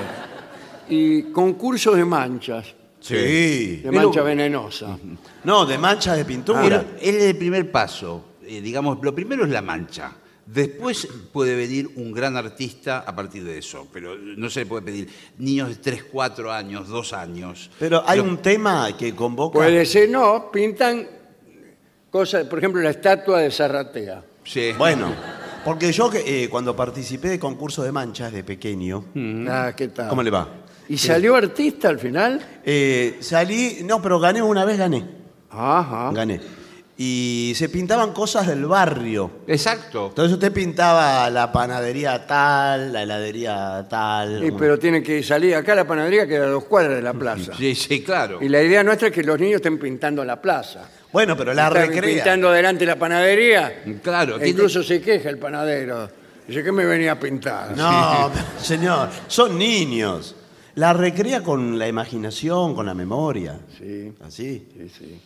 S1: y concursos de manchas,
S3: Sí.
S1: de
S2: Pero-
S1: mancha venenosa.
S3: No, de mancha de
S1: Ah.
S3: pintura.
S2: Pero él es el primer paso. Eh, digamos, lo primero es la mancha. Después puede venir un gran artista a partir de eso, pero no se le puede pedir niños de 3, 4 años, 2 años.
S3: Pero hay
S2: Lo-
S3: un tema que convoca.
S1: Puede ser, no, pintan cosas, por ejemplo, la estatua de Zarratea.
S2: Sí.
S3: Bueno, porque yo que, eh, cuando participé de concursos de manchas de pequeño,
S1: Ah, ¿qué tal?
S3: ¿cómo le va?
S1: ¿Y salió artista al final?
S3: Eh, salí, no, pero gané una vez, gané,
S1: Ajá.
S3: gané. Y se pintaban cosas del barrio.
S2: Exacto.
S3: Entonces usted pintaba la panadería tal, la heladería tal.
S1: Sí, pero tiene que salir acá a la panadería que era a dos cuadras de la plaza.
S2: Sí, sí, claro.
S1: Y la idea nuestra es que los niños estén pintando la plaza.
S3: Bueno, pero la
S1: Están
S3: recrea.
S1: pintando delante de la panadería.
S2: Claro,
S1: E incluso se queja el panadero. Dice, ¿qué me venía a pintar?
S3: No, señor, son niños. La recrea con la imaginación, con la memoria.
S1: Sí.
S3: Así.
S1: Sí, sí.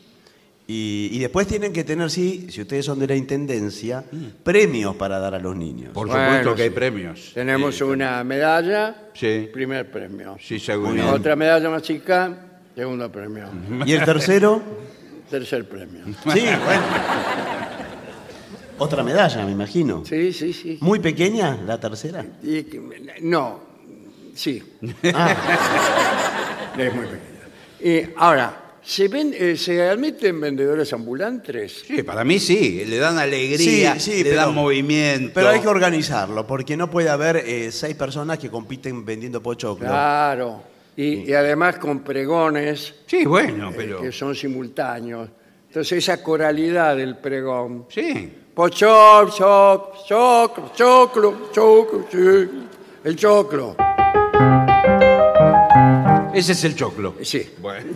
S3: Y, y después tienen que tener, sí, si ustedes son de la intendencia,
S1: Mm.
S3: premios para dar a los niños.
S2: Por
S1: Bueno,
S2: supuesto que hay
S1: sí.
S2: premios.
S1: Tenemos
S2: Sí,
S1: una medalla,
S2: Sí.
S1: primer premio.
S2: Sí, seguro.
S1: Otra medalla más chica, segundo premio.
S3: ¿Y el tercero?
S1: Tercer premio.
S3: Sí, bueno. Otra medalla, me imagino.
S1: Sí, sí, sí.
S3: ¿Muy pequeña la tercera?
S1: Y que- no, sí.
S3: Ah.
S1: Es muy pequeña. Eh, ahora, ¿se, ven, eh, ¿se admiten vendedores ambulantes?
S2: Sí, para mí sí, le dan alegría,
S3: Sí, sí,
S2: le
S3: pero-
S2: dan movimiento.
S3: Pero hay que organizarlo, porque no puede haber eh, seis personas que compiten vendiendo pochoclo.
S1: Claro. Y, y además con pregones
S2: Sí, bueno,
S1: eh,
S2: pero...
S1: que son simultáneos. Entonces esa coralidad del pregón.
S2: Sí,
S1: Pochol, choc, choclo, choclo, choclo, sí. El choclo.
S2: ese es el choclo.
S1: Eh, Sí.
S2: Bueno.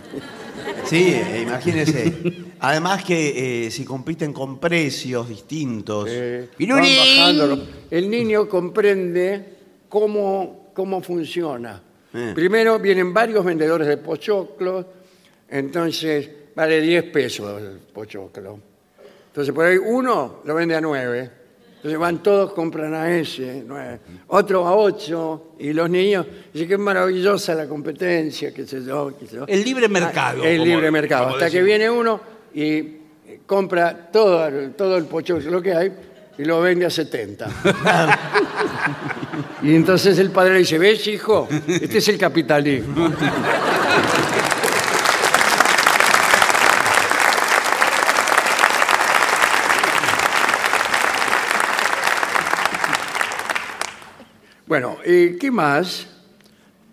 S3: Sí, eh, imagínese. Además que eh, si compiten con precios distintos.
S1: Eh, van
S2: Pirurín.
S1: bajándolo. El niño comprende cómo, cómo funciona.
S3: Eh.
S1: Primero vienen varios vendedores de pochoclos, entonces vale 10 pesos el pochoclo. Entonces por ahí uno lo vende a 9. Entonces van todos, compran a ese, nueve. otro a 8, y los niños, dicen que maravillosa la competencia, qué sé yo, qué sé yo.
S2: El libre mercado.
S1: Ah, El
S2: como-
S1: libre mercado.
S2: como
S1: Hasta que
S2: decimos.
S1: viene uno y eh, compra todo, el- todo el pochoclo lo que hay y lo vende a 70. y entonces el padre le dice, ¿ves, hijo? Este es el capitalismo. Bueno, eh, ¿qué más?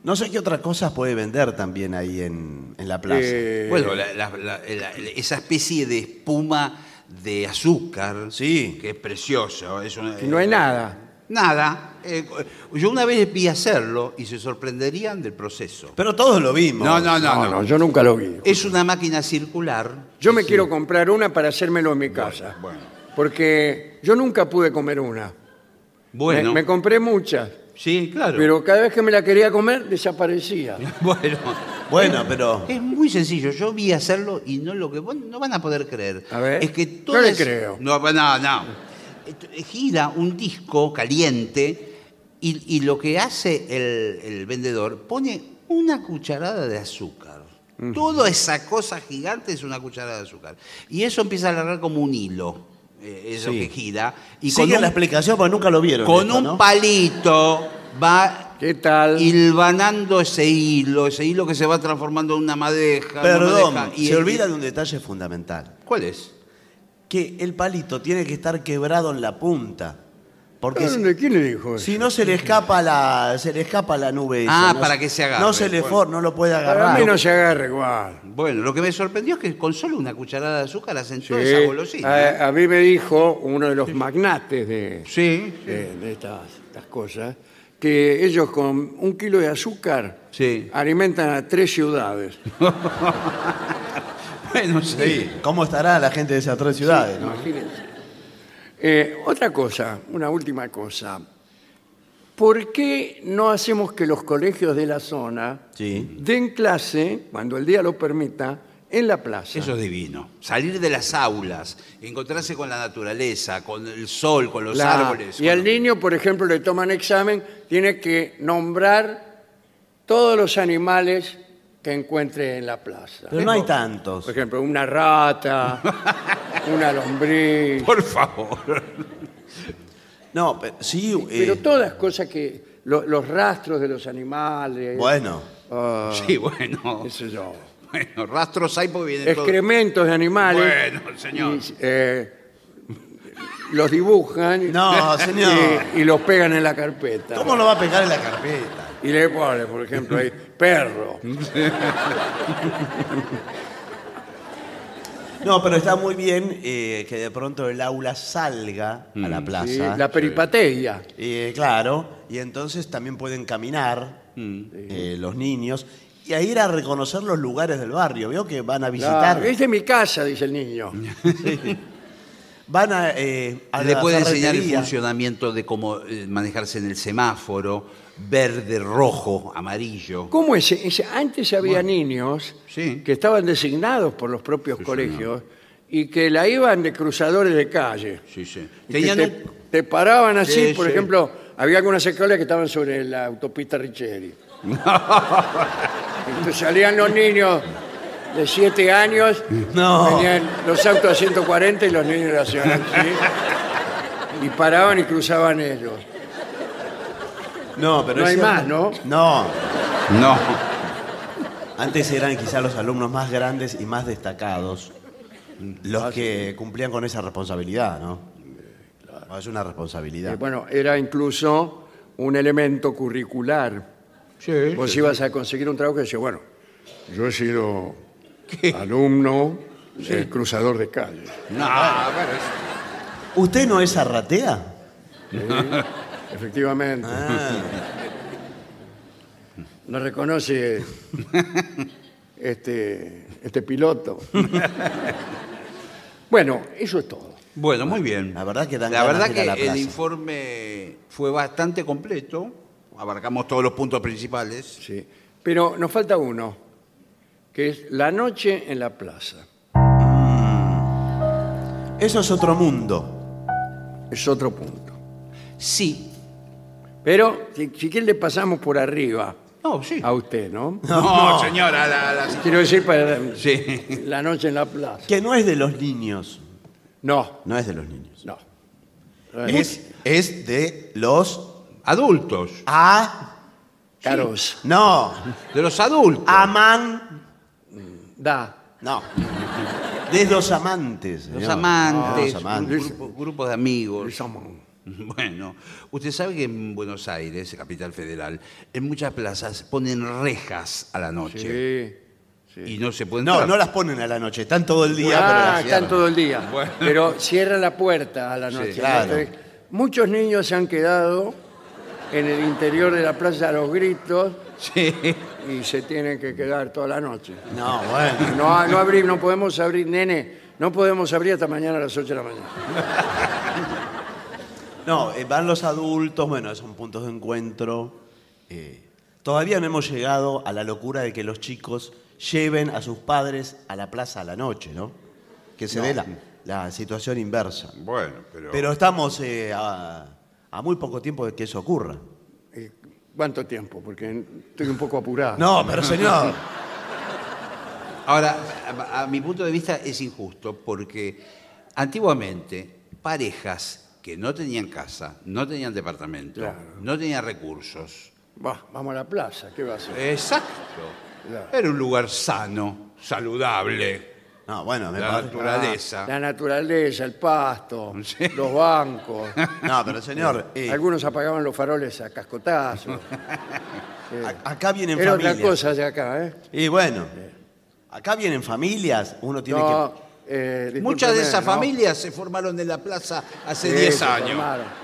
S3: No sé qué otras cosas puede vender también ahí en, en la plaza.
S1: Eh,
S2: Bueno, la- la- la- la- esa especie de espuma de azúcar.
S3: Sí.
S2: Que es preciosa. Es una- eh,
S1: no hay nada.
S2: Nada. Eh, yo una vez vi hacerlo y se sorprenderían del proceso.
S3: Pero todos lo vimos.
S2: No, no, no,
S1: No,
S2: no.
S1: no, yo nunca lo vi.
S2: Es una máquina circular.
S1: Yo me quiero comprar una para hacérmelo en mi casa.
S2: bueno.
S1: Porque yo nunca pude comer una. Me,
S2: Bueno.
S1: me compré muchas,
S2: sí, claro.
S1: pero cada vez que me la quería comer desaparecía.
S2: Bueno.
S3: Bueno, pero.
S2: Es muy sencillo. Yo vi hacerlo y no lo que vos no van a poder creer.
S1: A ver.
S2: Es que
S1: No
S2: todas-
S1: le creo.
S2: No, pues, no, no. Eh, Gira un disco caliente y, y lo que hace el, el vendedor pone una cucharada de azúcar. Toda esa cosa gigante es una cucharada de azúcar. Y eso empieza a alargar como un hilo, eh, eso
S3: Sí.
S2: que gira. Y
S3: Y sigue la
S2: con un,
S3: explicación porque nunca lo vieron.
S2: con
S3: esto,
S2: un
S3: ¿no?
S2: palito va
S1: ¿Qué tal?
S2: hilvanando ese hilo, ese hilo que se va transformando en una madeja. una madeja,
S3: Perdón,
S2: y-
S3: se olvida de un detalle fundamental.
S2: ¿Cuál es?
S3: Que el palito tiene que estar quebrado en la punta. Porque si-
S1: ¿Dónde- ¿Quién le dijo eso?
S3: si no se le escapa la, se le escapa la nube. esa,
S2: Ah,
S3: no
S2: para
S3: se-
S2: que se agarre,
S3: No se le
S2: bueno.
S3: for, no lo puede agarrar.
S1: Para mí no se agarra igual.
S2: Bueno, lo que me sorprendió es que con solo una cucharada de azúcar hacen toda
S1: Sí. Ah,
S2: esa golosina. ¿eh?
S1: A, a mí me dijo uno de los magnates de,
S2: sí,
S1: de- de estas, estas cosas que ellos con un kilo de azúcar
S2: Sí.
S1: alimentan a tres ciudades. Ah,
S2: bueno, sí.
S3: Sí, ¿Cómo estará la gente de esas tres ciudades? no?
S1: Imagínense. Eh, otra cosa, una última cosa. ¿Por qué no hacemos que los colegios de la zona
S3: Sí.
S1: den clase, cuando el día lo permita, en la plaza?
S2: Eso es divino. Salir de las aulas, encontrarse con la naturaleza, con el sol, con los
S1: La-
S2: árboles.
S1: Y al
S2: con-
S1: niño, por ejemplo, le toman examen, tiene que nombrar todos los animales que encuentre en la plaza.
S3: Pero no hay tantos.
S1: Por ejemplo, una rata, una lombriz,
S2: Por favor.
S3: No, pero sí. eh,
S1: pero todas cosas que lo- los rastros de los animales.
S3: bueno,
S1: ah,
S2: Sí, bueno.
S1: qué sé yo,
S2: Bueno, rastros hay porque vienen todos.
S1: Excrementos de animales.
S2: Bueno, señor.
S1: y, eh, los dibujan
S3: No, señor.
S1: y, y los pegan en la carpeta.
S3: ¿cómo lo va a pegar en la carpeta?
S1: Y le pone, por ejemplo, ahí, perro.
S3: No, pero está muy bien eh, que de pronto el aula salga a
S2: Mm.
S3: la plaza.
S1: Sí, la peripateia.
S3: Eh, claro, y entonces también pueden caminar
S2: Mm.
S3: eh, los niños y a ir a reconocer los lugares del barrio. Veo que van a visitar,
S1: Claro, es de mi casa, dice el niño.
S3: van a, eh, a
S2: Le
S3: la
S2: puede enseñar el
S3: ferretería.
S2: funcionamiento de cómo eh, manejarse en el semáforo, verde, rojo, amarillo.
S1: ¿Cómo es? Es- Antes había niños
S2: sí.
S1: que estaban designados por los propios colegios y que la iban de cruzadores de calle.
S2: Sí, sí.
S1: Y
S2: Tenían
S1: que te,
S2: un-
S1: te paraban así,
S3: Sí,
S1: por
S3: sí.
S1: ejemplo, había algunas escuelas que estaban sobre la autopista Richeri. Entonces salían los niños de 7 años,
S3: No.
S1: venían los autos a 140 y los niños lo hacían así. Y paraban y cruzaban ellos.
S3: No, pero
S1: No
S3: es
S1: hay
S3: cierto.
S1: más, ¿no?
S3: No,
S2: No.
S3: antes eran quizá los alumnos más grandes y más destacados
S2: Mm.
S1: Ah,
S3: los que cumplían con esa responsabilidad, ¿no? No, Es una
S1: Eh,
S3: responsabilidad.
S1: bueno, era incluso un elemento curricular. Vos ibas a conseguir un trabajo y decías, bueno, yo he sido alumno del cruzador de calle.
S2: No,
S3: Ah,
S2: bueno, es-
S3: ¿Usted no es arratea?
S1: Efectivamente. No reconoce este, este piloto. bueno, eso es todo.
S2: Bueno, muy bien.
S3: La verdad que dan
S2: La
S3: ganas
S2: verdad
S3: de ir a
S2: que
S3: la plaza.
S2: el informe fue bastante completo. Abarcamos todos los puntos principales.
S1: Sí. Pero nos falta uno, que es la noche en la plaza.
S3: Eso es otro mundo.
S1: Es otro punto.
S2: Sí.
S1: Pero si, si quiere le pasamos por arriba
S2: No, sí.
S3: Ah,
S1: a usted, ¿no?
S2: No, señora. la- la-
S1: Quiero decir para
S2: Sí.
S1: la noche en la plaza.
S3: Que no es de los niños.
S1: No,
S3: No es de los niños.
S1: no.
S3: Es, es de los
S2: Adultos.
S3: a
S1: Caros.
S3: no
S2: De los adultos.
S3: Ah, aman
S1: Da.
S3: no de los amantes.
S2: Los
S3: señor.
S2: amantes,
S3: No, los
S2: un
S3: amantes.
S2: grupo- grupos de amigos.
S1: Somos.
S2: Bueno, usted sabe que en Buenos Aires, capital federal, en muchas plazas ponen rejas a la noche
S1: Sí.
S2: y no se pueden
S3: No, no las ponen a la noche. Están todo el día. pero
S1: Ah,
S3: las
S1: están
S3: cierran.
S1: todo el día. Pero cierra la puerta a la noche.
S3: claro.
S1: Entonces, Muchos niños se han quedado en el interior de la plaza a los gritos
S2: Sí.
S1: y se tienen que quedar toda la noche.
S3: No, bueno.
S1: No, no abrir, no podemos abrir, nene. No podemos abrir hasta mañana a las 8 de la mañana.
S3: No, eh, van los adultos, bueno, son puntos de encuentro. Eh, todavía no hemos llegado a la locura de que los chicos lleven a sus padres a la plaza a la noche, ¿no? Que se dé la, la situación inversa.
S2: Bueno, pero.
S3: Pero estamos eh, a, a muy poco tiempo de que eso ocurra.
S1: ¿Y ¿Cuánto tiempo? Porque estoy un poco apurado.
S3: No, pero señor.
S2: Ahora, a, a mi punto de vista es injusto porque antiguamente parejas que no tenían casa, no tenían departamento,
S1: Claro.
S2: no tenían recursos.
S1: Bah, vamos a la plaza, ¿qué va a hacer?
S3: Eh,
S2: Exacto.
S1: Claro.
S2: Era un lugar sano, saludable,
S3: No, bueno, me
S2: la
S3: parece.
S2: naturaleza.
S1: Ah, La naturaleza, el pasto,
S2: Sí.
S1: los bancos.
S3: No, pero señor, eh,
S1: Algunos apagaban los faroles a cascotazos.
S3: a- acá vienen
S1: eh, Era otra
S3: familias.
S1: cosa de acá, ¿eh?
S3: Y bueno, acá vienen familias, uno tiene
S1: No,
S3: que.
S1: eh, discúlpeme,
S2: Muchas de esas
S1: ¿no?
S2: familias se formaron en la plaza hace
S1: Sí,
S2: 10
S1: se
S2: años.
S1: formaron.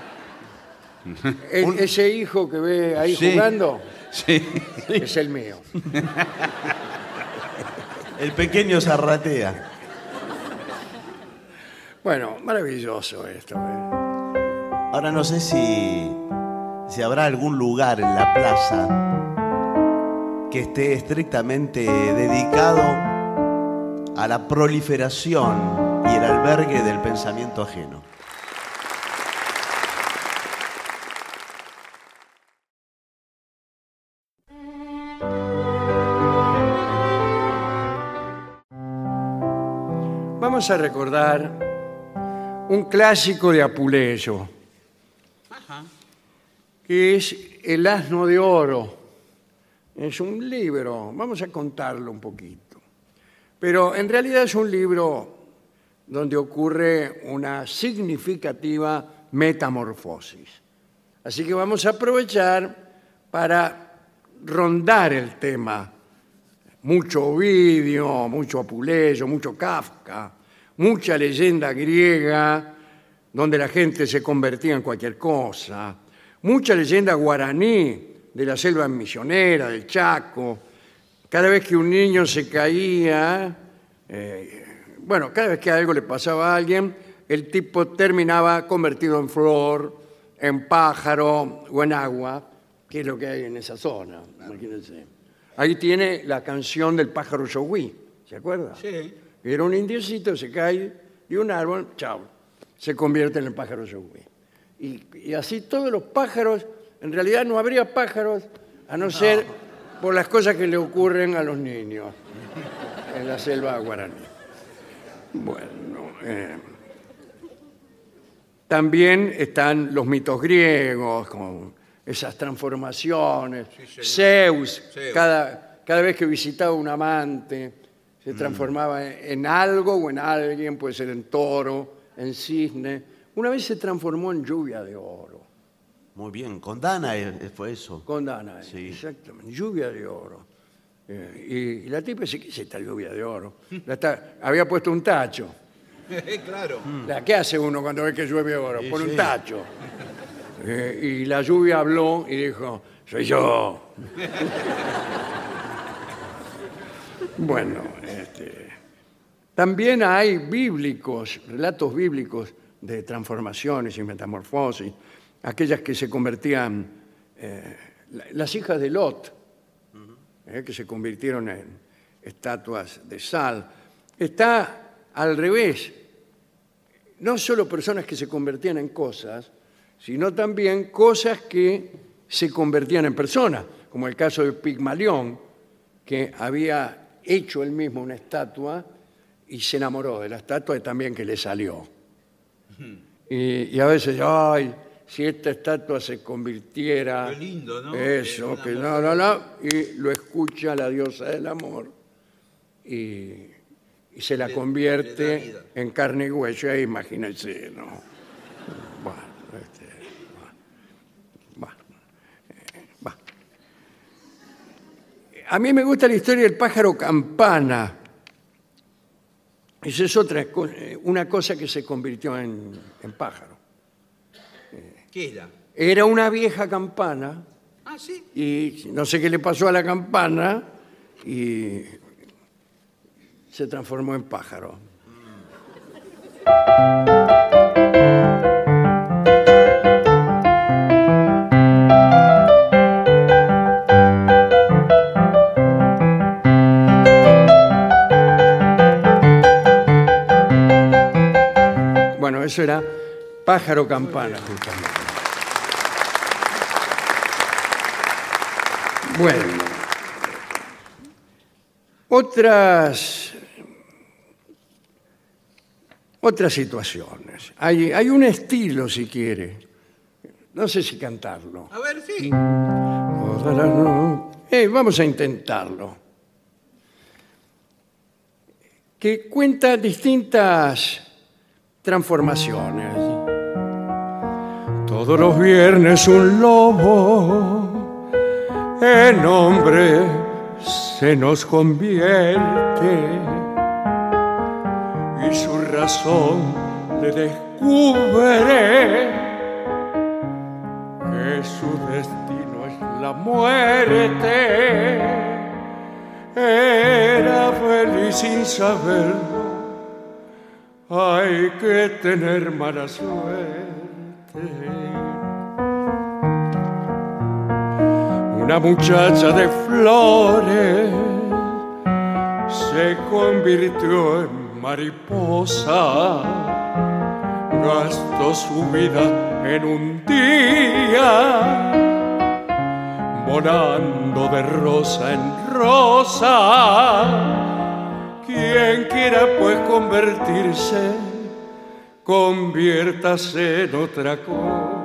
S1: E- ese hijo que ve ahí
S2: Sí.
S1: jugando
S2: Sí.
S1: es el mío.
S3: El pequeño zarratea.
S1: Bueno, maravilloso esto. ¿eh?
S3: Ahora no sé si, si habrá algún lugar en la plaza que esté estrictamente dedicado a la proliferación y el albergue del pensamiento ajeno.
S1: Vamos a recordar un clásico de Apuleyo, que es El asno de oro. Es un libro, vamos a contarlo un poquito. Pero en realidad es un libro donde ocurre una significativa metamorfosis. Así que vamos a aprovechar para rondar el tema mucho Ovidio, mucho Apuleyo, mucho Kafka, mucha leyenda griega, donde la gente se convertía en cualquier cosa, mucha leyenda guaraní de la selva misionera, del Chaco, cada vez que un niño se caía, eh, bueno, cada vez que algo le pasaba a alguien, el tipo terminaba convertido en flor, en pájaro o en agua, que es lo que hay en esa zona, imagínense. Ahí tiene la canción del pájaro Yogui, ¿se acuerda? Sí. Era un indiecito, se cae de un árbol, chao, se convierte en el pájaro Yogui. Y, y así todos los pájaros, en realidad no habría pájaros, a no ser por las cosas que le ocurren a los niños en la selva guaraní. Bueno, eh, también están los mitos griegos, con esas transformaciones. Zeus,
S2: Zeus.
S1: Cada, cada vez que visitaba un amante, se transformaba en en algo o en alguien, puede ser en toro, en cisne. Una vez se transformó en lluvia de oro,
S3: Muy bien, con Dana eh, fue eso.
S1: con Danae.
S3: Sí.
S1: Exactamente, lluvia de oro. Eh, y, y la tipa dice, ¿qué es esta lluvia de oro? La está- había puesto un tacho.
S2: claro.
S1: La, ¿Qué hace uno cuando ve que llueve oro? Pone un tacho. Eh, y la lluvia habló y dijo, soy yo. bueno, este, también hay bíblicos, relatos bíblicos de transformaciones y metamorfosis, aquellas que se convertían, eh, la- las hijas de Lot, eh, que se convirtieron en estatuas de sal. Está al revés, no solo personas que se convertían en cosas, sino también cosas que se convertían en personas, como el caso de Pigmalión, que había hecho él mismo una estatua y se enamoró de la estatua y también que le salió. Y, y a veces, ay, si esta estatua se convirtiera...
S2: Qué lindo, ¿no?
S1: Eso,
S2: En
S1: que
S2: una
S1: no, no, no, y lo escucha la diosa del amor y, y se la
S2: le da
S1: convierte
S2: vida.
S1: en carne y hueso, ahí imagínense, ¿no? Bueno, este, bueno, bueno, eh, bueno. A mí me gusta la historia del pájaro campana. Esa es otra, co- eh, una cosa que se convirtió en, en pájaro.
S2: ¿Qué era?
S1: Era una vieja campana
S2: Ah, sí.
S1: y no sé qué le pasó a la campana y se transformó en pájaro. Bueno, eso era pájaro campana, justamente. Bueno. Otras. Otras situaciones. Hay, hay un estilo, si quiere. No sé si cantarlo.
S2: A ver, sí.
S1: Todas las no- Eh, vamos a intentarlo. Que cuenta distintas transformaciones. Todos los viernes un lobo en hombre se nos convierte y su razón le descubre que su destino es la muerte. Era feliz sin saberlo. Hay que tener mala suerte. Una muchacha de flores se convirtió en mariposa gastó su vida en un día, volando de rosa en rosa. Quien quiera pues convertirse, conviértase en otra cosa.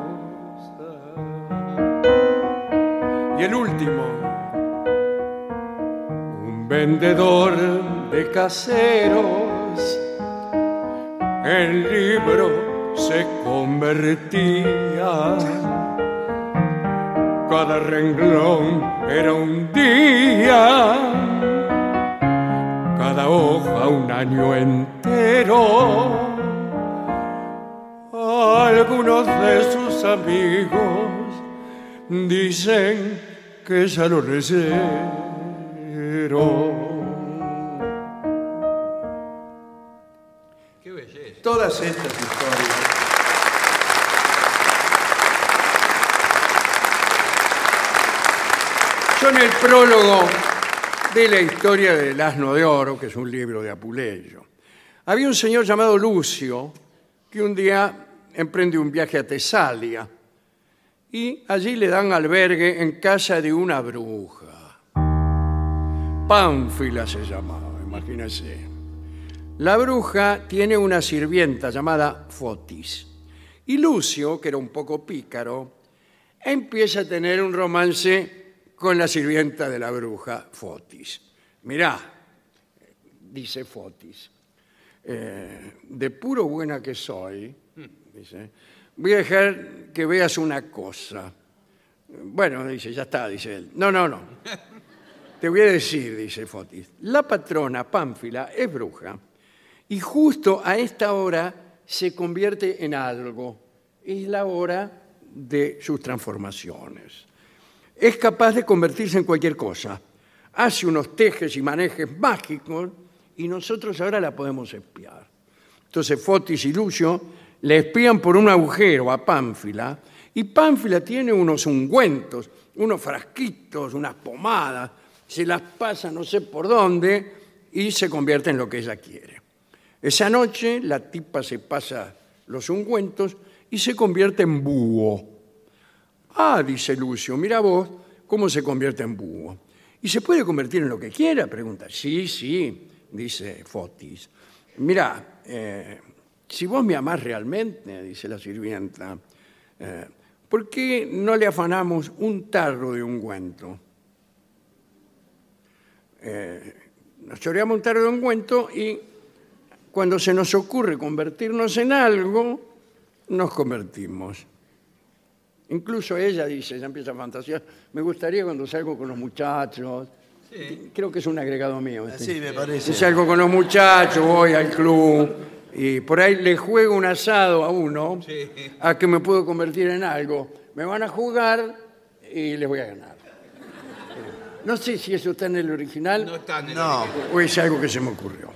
S1: Y el último, un vendedor de caseros el libro se convertía. Cada renglón era un día, cada hoja un año entero. Algunos de sus amigos dicen que ya lo leyeron.
S2: Qué belleza.
S3: Todas estas historias.
S1: Son el prólogo de la historia del asno de oro, que es un libro de Apuleyo. Había un señor llamado Lucio que un día emprende un viaje a Tesalia y allí le dan albergue en casa de una bruja. Pánfila se llamaba, imagínense. La bruja tiene una sirvienta llamada Fotis y Lucio, que era un poco pícaro, empieza a tener un romance con la sirvienta de la bruja, Fotis. Mirá, dice Fotis, eh, de puro buena que soy, dice, voy a dejar que veas una cosa. Bueno, dice, ya está, dice él. No, no, no. Te voy a decir, dice Fotis, la patrona Pánfila es bruja y justo a esta hora se convierte en algo. Es la hora de sus transformaciones. Es capaz de convertirse en cualquier cosa. Hace unos tejes y manejes mágicos y nosotros ahora la podemos espiar. Entonces Fotis y Lucio le espían por un agujero a Pánfila y Pánfila tiene unos ungüentos, unos frasquitos, unas pomadas, se las pasa no sé por dónde y se convierte en lo que ella quiere. Esa noche la tipa se pasa los ungüentos y se convierte en búho. Ah, dice Lucio, mira vos cómo se convierte en búho. ¿Y se puede convertir en lo que quiera? Pregunta. Sí, sí, dice Fotis. Mira, eh, si vos me amás realmente, dice la sirvienta, eh, ¿por qué no le afanamos un tarro de ungüento? Eh, nos choreamos un tarro de ungüento y cuando se nos ocurre convertirnos en algo, nos convertimos. Incluso ella dice, ya empieza a fantasear, me gustaría cuando salgo con los muchachos. Creo que es un agregado mío. este.
S3: Ah, Sí, me parece.
S1: Salgo con los muchachos, voy al club, y por ahí le juego un asado a uno a que me puedo convertir en algo. Me van a jugar y les voy a ganar. No sé si eso está en el original
S2: No está en el
S3: No.
S1: o es algo que se me ocurrió.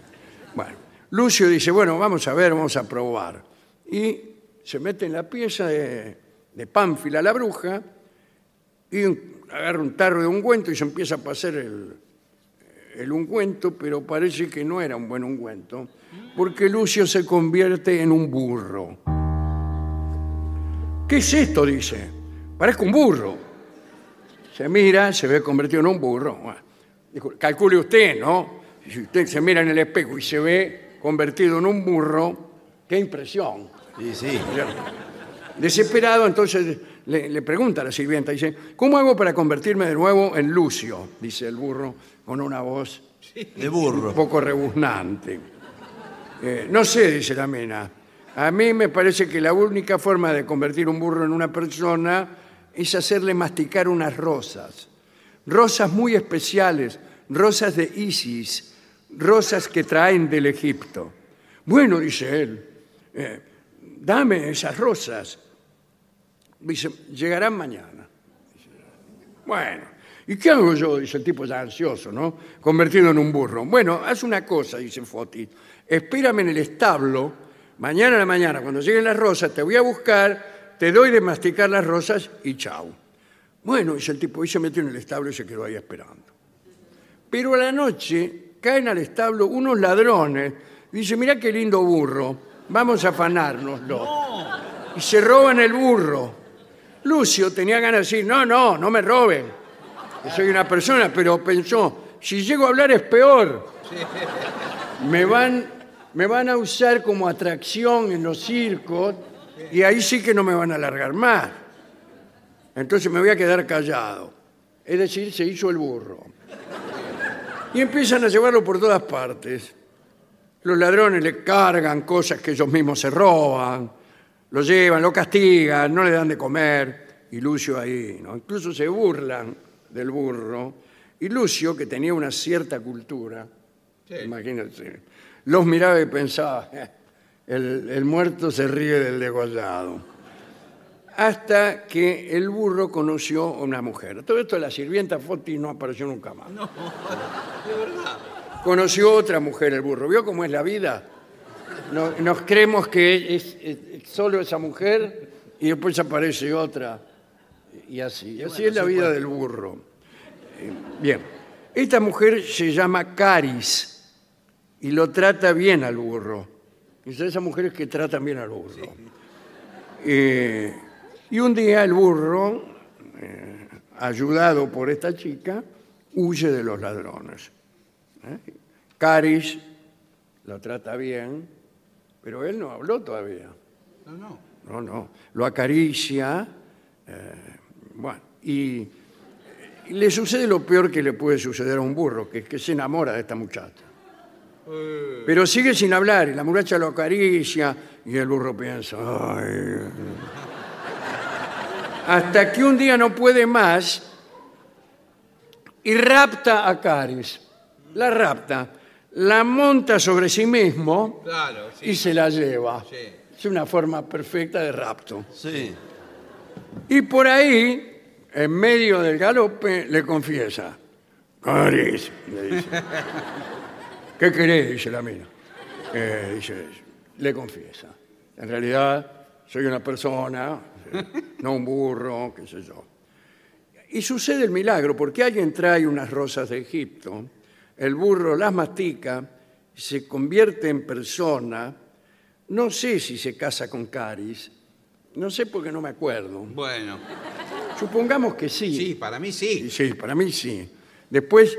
S1: Bueno, Lucio dice, bueno, vamos a ver, vamos a probar. Y se mete en la pieza de, de Pánfila, la bruja, y un- agarra un tarro de ungüento y se empieza a pasar el, el ungüento, pero parece que no era un buen ungüento, porque Lucio se convierte en un burro. ¿Qué es esto? Dice, parezco un burro. Se mira, se ve convertido en un burro. Bueno, dijo, calcule usted, ¿no? Si usted se mira en el espejo y se ve convertido en un burro, qué impresión.
S3: Sí, sí.
S1: Desesperado, entonces le, le pregunta a la sirvienta, dice, ¿cómo hago para convertirme de nuevo en Lucio? Dice el burro con una voz
S3: De
S1: un
S3: burro.
S1: poco rebuznante. Eh, no sé, dice la mina. A mí me parece que la única forma de convertir un burro en una persona es hacerle masticar unas rosas. Rosas muy especiales, rosas de Isis, rosas que traen del Egipto. Bueno, dice él, eh, dame esas rosas. Dice, llegarán mañana. Bueno, ¿y qué hago yo? Dice el tipo ya ansioso, ¿no? Convertido en un burro. Bueno, haz una cosa, dice Foti. Espérame en el establo, mañana a la mañana, cuando lleguen las rosas, te voy a buscar, te doy de masticar las rosas y chau. Bueno, dice el tipo, y se metió en el establo y se quedó ahí esperando. Pero a la noche caen al establo unos ladrones. Dice, mirá qué lindo burro, vamos a afanárnoslo. Y se roban el burro. Lucio tenía ganas de decir, no, no, no me roben. que soy una persona, pero pensó, si llego a hablar es peor. Me van, me van a usar como atracción en los circos y ahí sí que no me van a alargar más. Entonces me voy a quedar callado. Es decir, se hizo el burro. Y empiezan a llevarlo por todas partes. Los ladrones le cargan cosas que ellos mismos se roban, lo llevan, lo castigan, no le dan de comer. Y Lucio ahí, ¿no? Incluso se burlan del burro. Y Lucio, que tenía una cierta cultura, imagínense, los miraba y pensaba, "Eh, el, el muerto se ríe del degollado. Hasta que el burro conoció a una mujer. Todo esto la sirvienta Foti no apareció nunca más conoció otra mujer el burro. ¿Vio cómo es la vida? No- Nos, creemos que es, es- es solo esa mujer y después aparece otra. Y así. Y así es la vida del burro. Eh, Bien. Esta mujer se llama Caris y lo trata bien al burro. Y son esas mujeres que tratan bien al burro. Eh, y un día el burro, eh, ayudado por esta chica, huye de los ladrones. Caris lo trata bien, pero él no habló todavía.
S2: No, no.
S1: No, no. Lo acaricia. eh, bueno, y y le sucede lo peor que le puede suceder a un burro, que es que se enamora de esta muchacha.
S2: Eh.
S1: Pero sigue sin hablar, y la muchacha lo acaricia, y el burro piensa. "Ay". Hasta que un día no puede más y rapta a Caris. La rapta, la monta sobre sí mismo
S2: Claro,
S1: y se la lleva.
S2: Sí.
S1: Es una forma perfecta de rapto.
S3: Sí.
S1: Y por ahí, en medio del galope, le confiesa. Caris, le dice. ¿Qué querés? Dice la mina. Eh, dice, le confiesa. En realidad, soy una persona, eh, no un burro, qué sé yo. Y sucede el milagro, porque alguien trae unas rosas de Egipto, el burro las mastica, se convierte en persona, no sé si se casa con Caris, no sé porque no me acuerdo.
S2: Bueno.
S1: Supongamos que sí.
S2: Sí, para mí
S1: Sí,
S2: sí.
S1: sí, para mí sí. Después,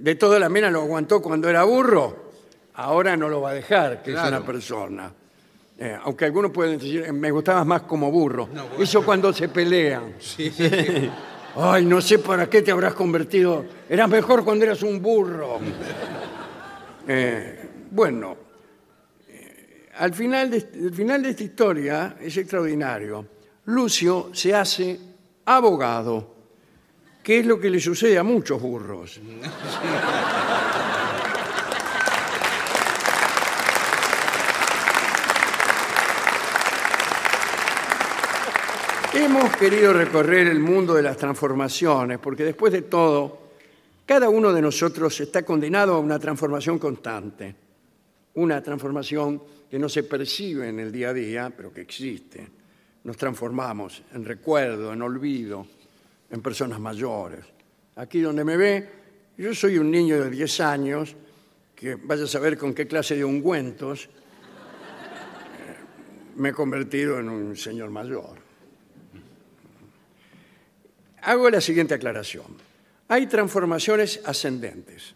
S1: de toda la mena lo aguantó cuando era burro, ahora no lo va a dejar, que es
S2: Claro.
S1: una persona. Eh, aunque algunos pueden decir, "Eh, me gustabas más como burro.
S2: No, bueno.
S1: Eso cuando se pelean.
S2: Sí.
S1: Ay, no sé para qué te habrás convertido. Eras mejor cuando eras un burro. Eh, bueno, eh, al final de, el final de esta historia es extraordinario. Lucio se hace abogado, que es lo que le sucede a muchos burros. Hemos querido recorrer el mundo de las transformaciones, porque después de todo, cada uno de nosotros está condenado a una transformación constante, una transformación que no se percibe en el día a día, pero que existe. Nos transformamos en recuerdo, en olvido, en personas mayores. Aquí donde me ve, yo soy un niño de 10 años, que vaya a saber con qué clase de ungüentos eh, me he convertido en un señor mayor hago la siguiente aclaración. Hay transformaciones ascendentes,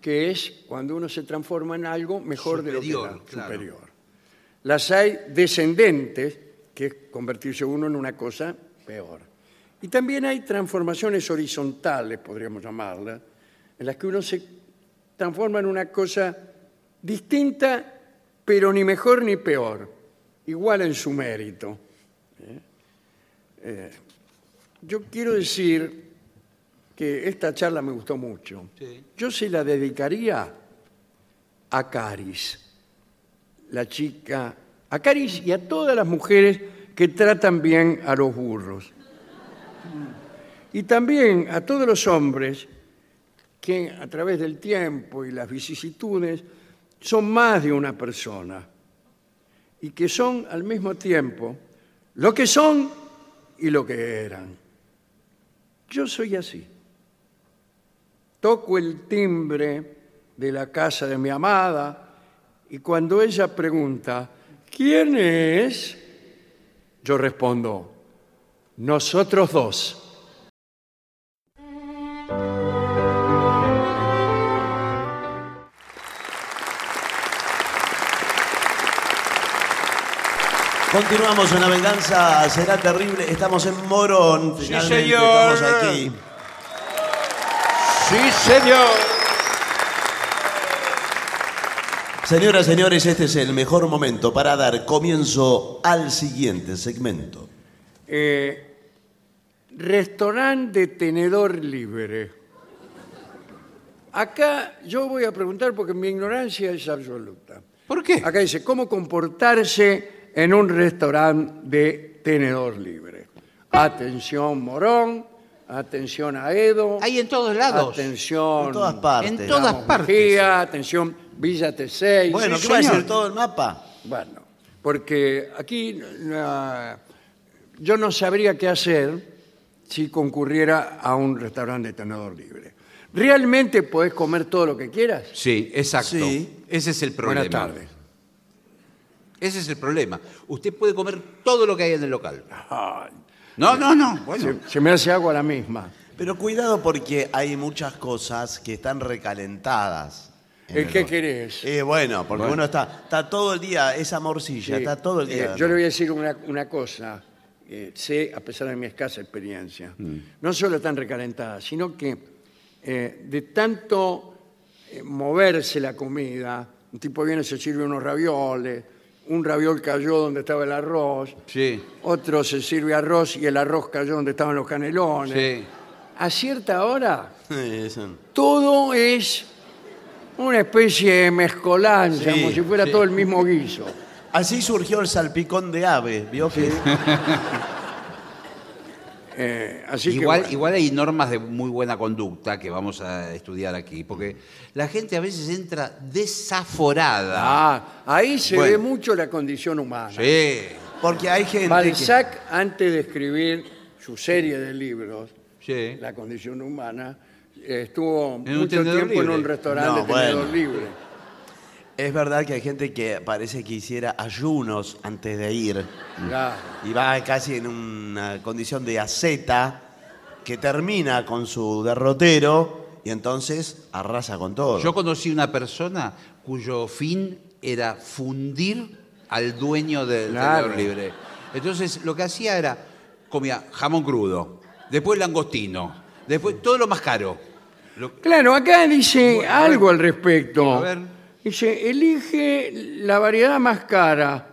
S1: que es cuando uno se transforma en algo mejor de lo
S2: Superior,
S1: que era,
S2: claro.
S1: superior. Las hay descendentes, que es convertirse uno en una cosa peor. Y también hay transformaciones horizontales, podríamos llamarlas, en las que uno se transforma en una cosa distinta, pero ni mejor ni peor, igual en su mérito. ¿eh? Yo quiero decir que esta charla me gustó mucho. Yo se la dedicaría a Caris, la chica, a Caris y a todas las mujeres que tratan bien a los burros. Y también a todos los hombres que a través del tiempo y las vicisitudes son más de una persona y que son al mismo tiempo lo que son y lo que eran. Yo soy así. Toco el timbre de la casa de mi amada y cuando ella pregunta, ¿quién es? Yo respondo, nosotros dos.
S3: Continuamos en La Venganza Será Terrible. Estamos en Morón. Finalmente
S5: señor.
S3: Estamos aquí.
S5: Sí, señor.
S3: Señoras, señores, este es el mejor momento para dar comienzo al siguiente segmento.
S1: Eh, restaurante de tenedor libre. Acá yo voy a preguntar porque mi ignorancia es absoluta.
S5: ¿Por qué?
S1: Acá dice, ¿cómo comportarse en un restaurante de tenedor libre? Atención Morón, atención Aedo,
S5: Hay en todos lados.
S1: atención
S3: En todas partes.
S5: En todas
S3: vamos.
S5: partes.
S1: Mejía, atención Villa T6.
S3: Bueno,
S5: Sí,
S3: ¿qué va a
S5: señor.
S3: decir todo el mapa?
S1: Bueno, porque aquí eh, yo no sabría qué hacer si concurriera a un restaurante de tenedor libre. ¿Realmente podés comer todo lo que quieras?
S2: Sí, exacto.
S3: Sí.
S2: Ese es el problema.
S1: Buenas tardes.
S2: Ese es el problema. Usted puede comer todo lo que hay en el local.
S1: Ay,
S2: No, no, no. Bueno,
S1: se, se me hace agua la misma.
S3: Pero cuidado porque hay muchas cosas que están recalentadas. en
S1: Eh,
S3: el
S1: ¿Qué
S3: horno.
S1: querés?
S3: Eh, bueno, porque uno está, está todo el día, esa morcilla,
S1: Sí,
S3: está todo el
S1: eh,
S3: día.
S1: yo le voy a decir una, una cosa. que sé, a pesar de mi escasa experiencia,
S3: Mm.
S1: no solo están recalentadas, sino que eh, de tanto eh, moverse la comida, un tipo viene y se sirve unos ravioles, un raviol cayó donde estaba el arroz,
S2: sí.
S1: otro se sirve arroz y el arroz cayó donde estaban los canelones.
S2: Sí.
S1: A cierta hora
S3: Eh, son-
S1: todo es una especie de mezcolanza,
S3: Sí,
S1: como si fuera todo el mismo guiso.
S3: Así surgió el salpicón de ave, ¿vio? Que-
S1: Eh, así que,
S2: Igual,
S1: bueno.
S2: igual hay normas de muy buena conducta que vamos a estudiar aquí, porque la gente a veces entra desaforada.
S1: Ah, ahí se
S2: Bueno.
S1: ve mucho la condición humana.
S2: Sí,
S3: Porque hay gente que...
S1: Balzac, antes de escribir su serie de libros,
S2: sí.
S1: La condición humana, eh, estuvo
S2: En un
S1: mucho
S2: tenedor
S1: tiempo en
S2: libre.
S1: un restaurante
S3: No,
S1: de tenedor
S3: bueno.
S1: libre.
S3: Es verdad que hay gente que parece que hiciera ayunos antes de ir.
S1: Ya.
S3: Y va casi en una condición de aceta que termina con su derrotero y entonces arrasa con todo.
S2: Yo conocí una persona cuyo fin era fundir al dueño del
S1: Claro.
S2: tenedor libre. Entonces lo que hacía era comía jamón crudo, después langostino, después todo lo más caro. Lo-
S1: Claro, acá dice algo al respecto.
S2: A ver.
S1: Dice, elige la variedad más cara.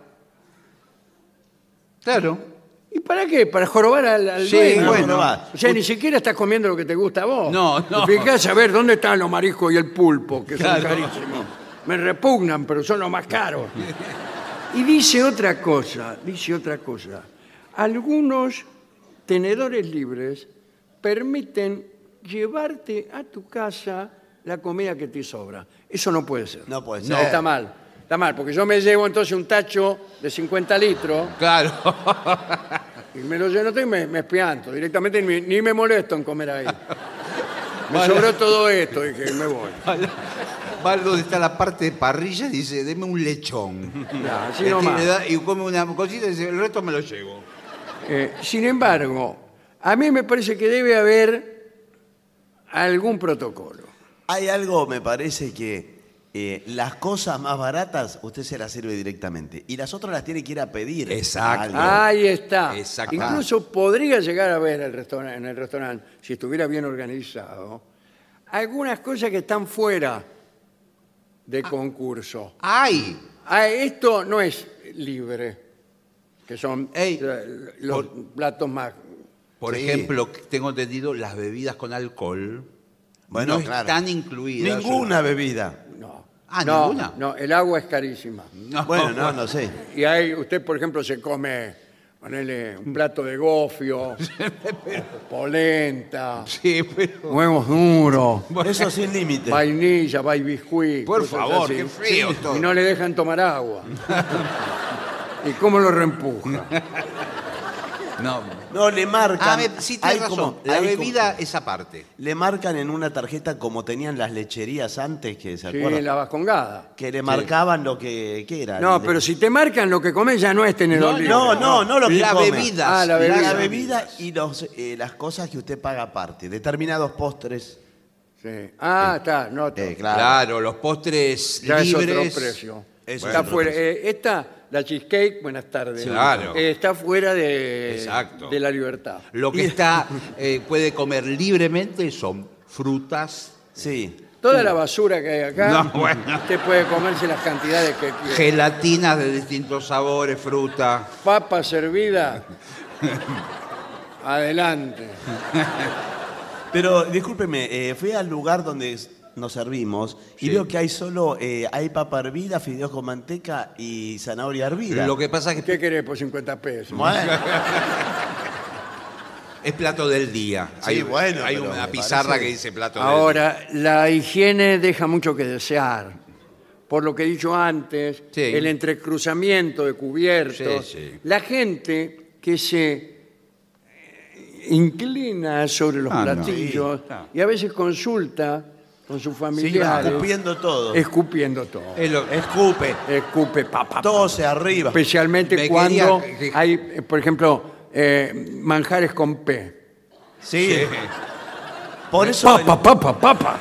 S2: claro.
S1: ¿Y para qué? Para jorobar al, al
S2: Sí,
S1: dueño.
S2: bueno.
S3: jorobá.
S1: O sea, ni siquiera estás comiendo lo que te gusta a vos.
S2: No, no.
S1: Te Fijás a ver dónde están los mariscos y el pulpo, que
S2: Claro.
S1: son carísimos. Me repugnan, pero son los más caros. Y dice otra cosa, dice otra cosa. Algunos tenedores libres permiten llevarte a tu casa la comida que te sobra. Eso no puede ser.
S3: No puede
S1: No,
S3: ser.
S1: está mal. Está mal, porque yo me llevo entonces un tacho de 50 litros
S2: Claro.
S1: y me lo lleno todo y me, me espianto. Directamente ni, ni me molesto en comer ahí. Me sobró todo esto, dije, me voy.
S2: Ah. Va donde está la parte de parrilla y dice, deme un lechón.
S1: Ya, así
S2: Este,
S1: nomás.
S2: le da- y come una cosita y dice, el resto me lo llevo.
S1: Eh, sin embargo, a mí me parece que debe haber algún protocolo.
S3: Hay algo, me parece que eh, las cosas más baratas usted se las sirve directamente y las otras las tiene que ir a pedir.
S2: Exacto.
S3: a alguien.
S1: Ahí está.
S2: Exacto.
S1: Incluso podría llegar a ver el restaurante, en el restaurante, si estuviera bien organizado, algunas cosas que están fuera
S2: Ah.
S1: de concurso.
S2: ¡Ay!
S1: Ah, esto no es libre, que son
S2: Ey,
S1: eh, los platos más...
S2: Por
S3: Sí.
S2: ejemplo, tengo entendido las bebidas con alcohol.
S3: Bueno,
S2: no
S3: claro.
S2: están incluidas.
S3: Ninguna bebida.
S1: No.
S2: Ah,
S1: no,
S2: ninguna.
S1: No, el agua es carísima.
S2: No.
S3: Bueno, no, no sé.
S1: Y ahí usted, por ejemplo, se come, ponele un plato de gofio, polenta,
S2: Sí, pero.
S1: huevos duros,
S3: Eso sin límite.
S1: vainilla, by biscuit.
S2: Por
S1: cosas
S2: favor,
S1: así.
S2: qué frío todo.
S1: Y no le dejan tomar agua. ¿Y cómo lo reempuja?
S2: No.
S3: No, le
S2: Ah,
S3: marcan.
S2: me- sí, tienes
S3: hay
S2: razón.
S3: como-
S2: la
S3: hay como-
S2: bebida es aparte.
S3: le marcan en una tarjeta como tenían las lecherías antes, que se
S1: Sí,
S3: acuerdan.
S1: la vascongada.
S3: Que le marcaban lo que, que era.
S1: No,
S3: Le-
S1: pero si te marcan lo que comes ya no es tenedor
S3: No,
S1: libre.
S3: no, no, no lo que
S2: La
S3: come.
S2: bebida.
S1: Ah, la bebida.
S3: La bebida y los, eh, las cosas que usted paga aparte. Determinados postres.
S1: Sí. Ah, está, no está.
S3: Eh, claro.
S2: Claro, los postres
S1: Ya
S2: libres.
S1: es otro precio.
S3: Eso
S1: está
S3: es otro
S1: fuera.
S3: precio.
S1: eh, esta, la cheesecake, buenas tardes.
S2: Sí, claro.
S1: Eh, está fuera de,
S2: Exacto.
S1: de la libertad.
S2: Lo que está eh, puede comer libremente son frutas,
S3: Sí.
S1: Toda la basura que hay acá,
S2: No, bueno.
S1: usted puede comerse las cantidades que quiera.
S2: gelatinas de distintos sabores, fruta.
S1: Papa servida, adelante.
S3: Pero discúlpeme, eh, fui al lugar donde s- nos servimos y veo que hay solo eh, hay papa hervida, fideos con manteca y zanahoria hervida.
S2: Lo que pasa es que
S1: ¿Qué querés por 50 pesos?
S3: Bueno,
S2: es plato del día.
S3: Sí,
S2: hay
S3: bueno,
S2: hay
S3: pero
S2: una
S3: me
S2: pizarra
S3: parece-
S2: que dice plato del
S1: Ahora, la higiene deja mucho que desear. Por lo que he dicho antes,
S2: Sí.
S1: el entrecruzamiento de cubiertos,
S2: Sí, sí.
S1: la gente que se eh, inclina sobre los
S2: Ah, no.
S1: platillos
S2: Sí, claro.
S1: y a veces consulta con sus familiares,
S3: escupiendo todo.
S1: escupiendo todo.
S2: día. Es lo-
S3: Escupe.
S1: Escupe, papá.
S3: Tose arriba.
S1: Especialmente
S2: Me
S1: cuando
S2: quería que-
S1: hay, eh, por ejemplo, eh, manjares con P.
S3: Sí. Por eso el,
S6: Papa, papa, papa.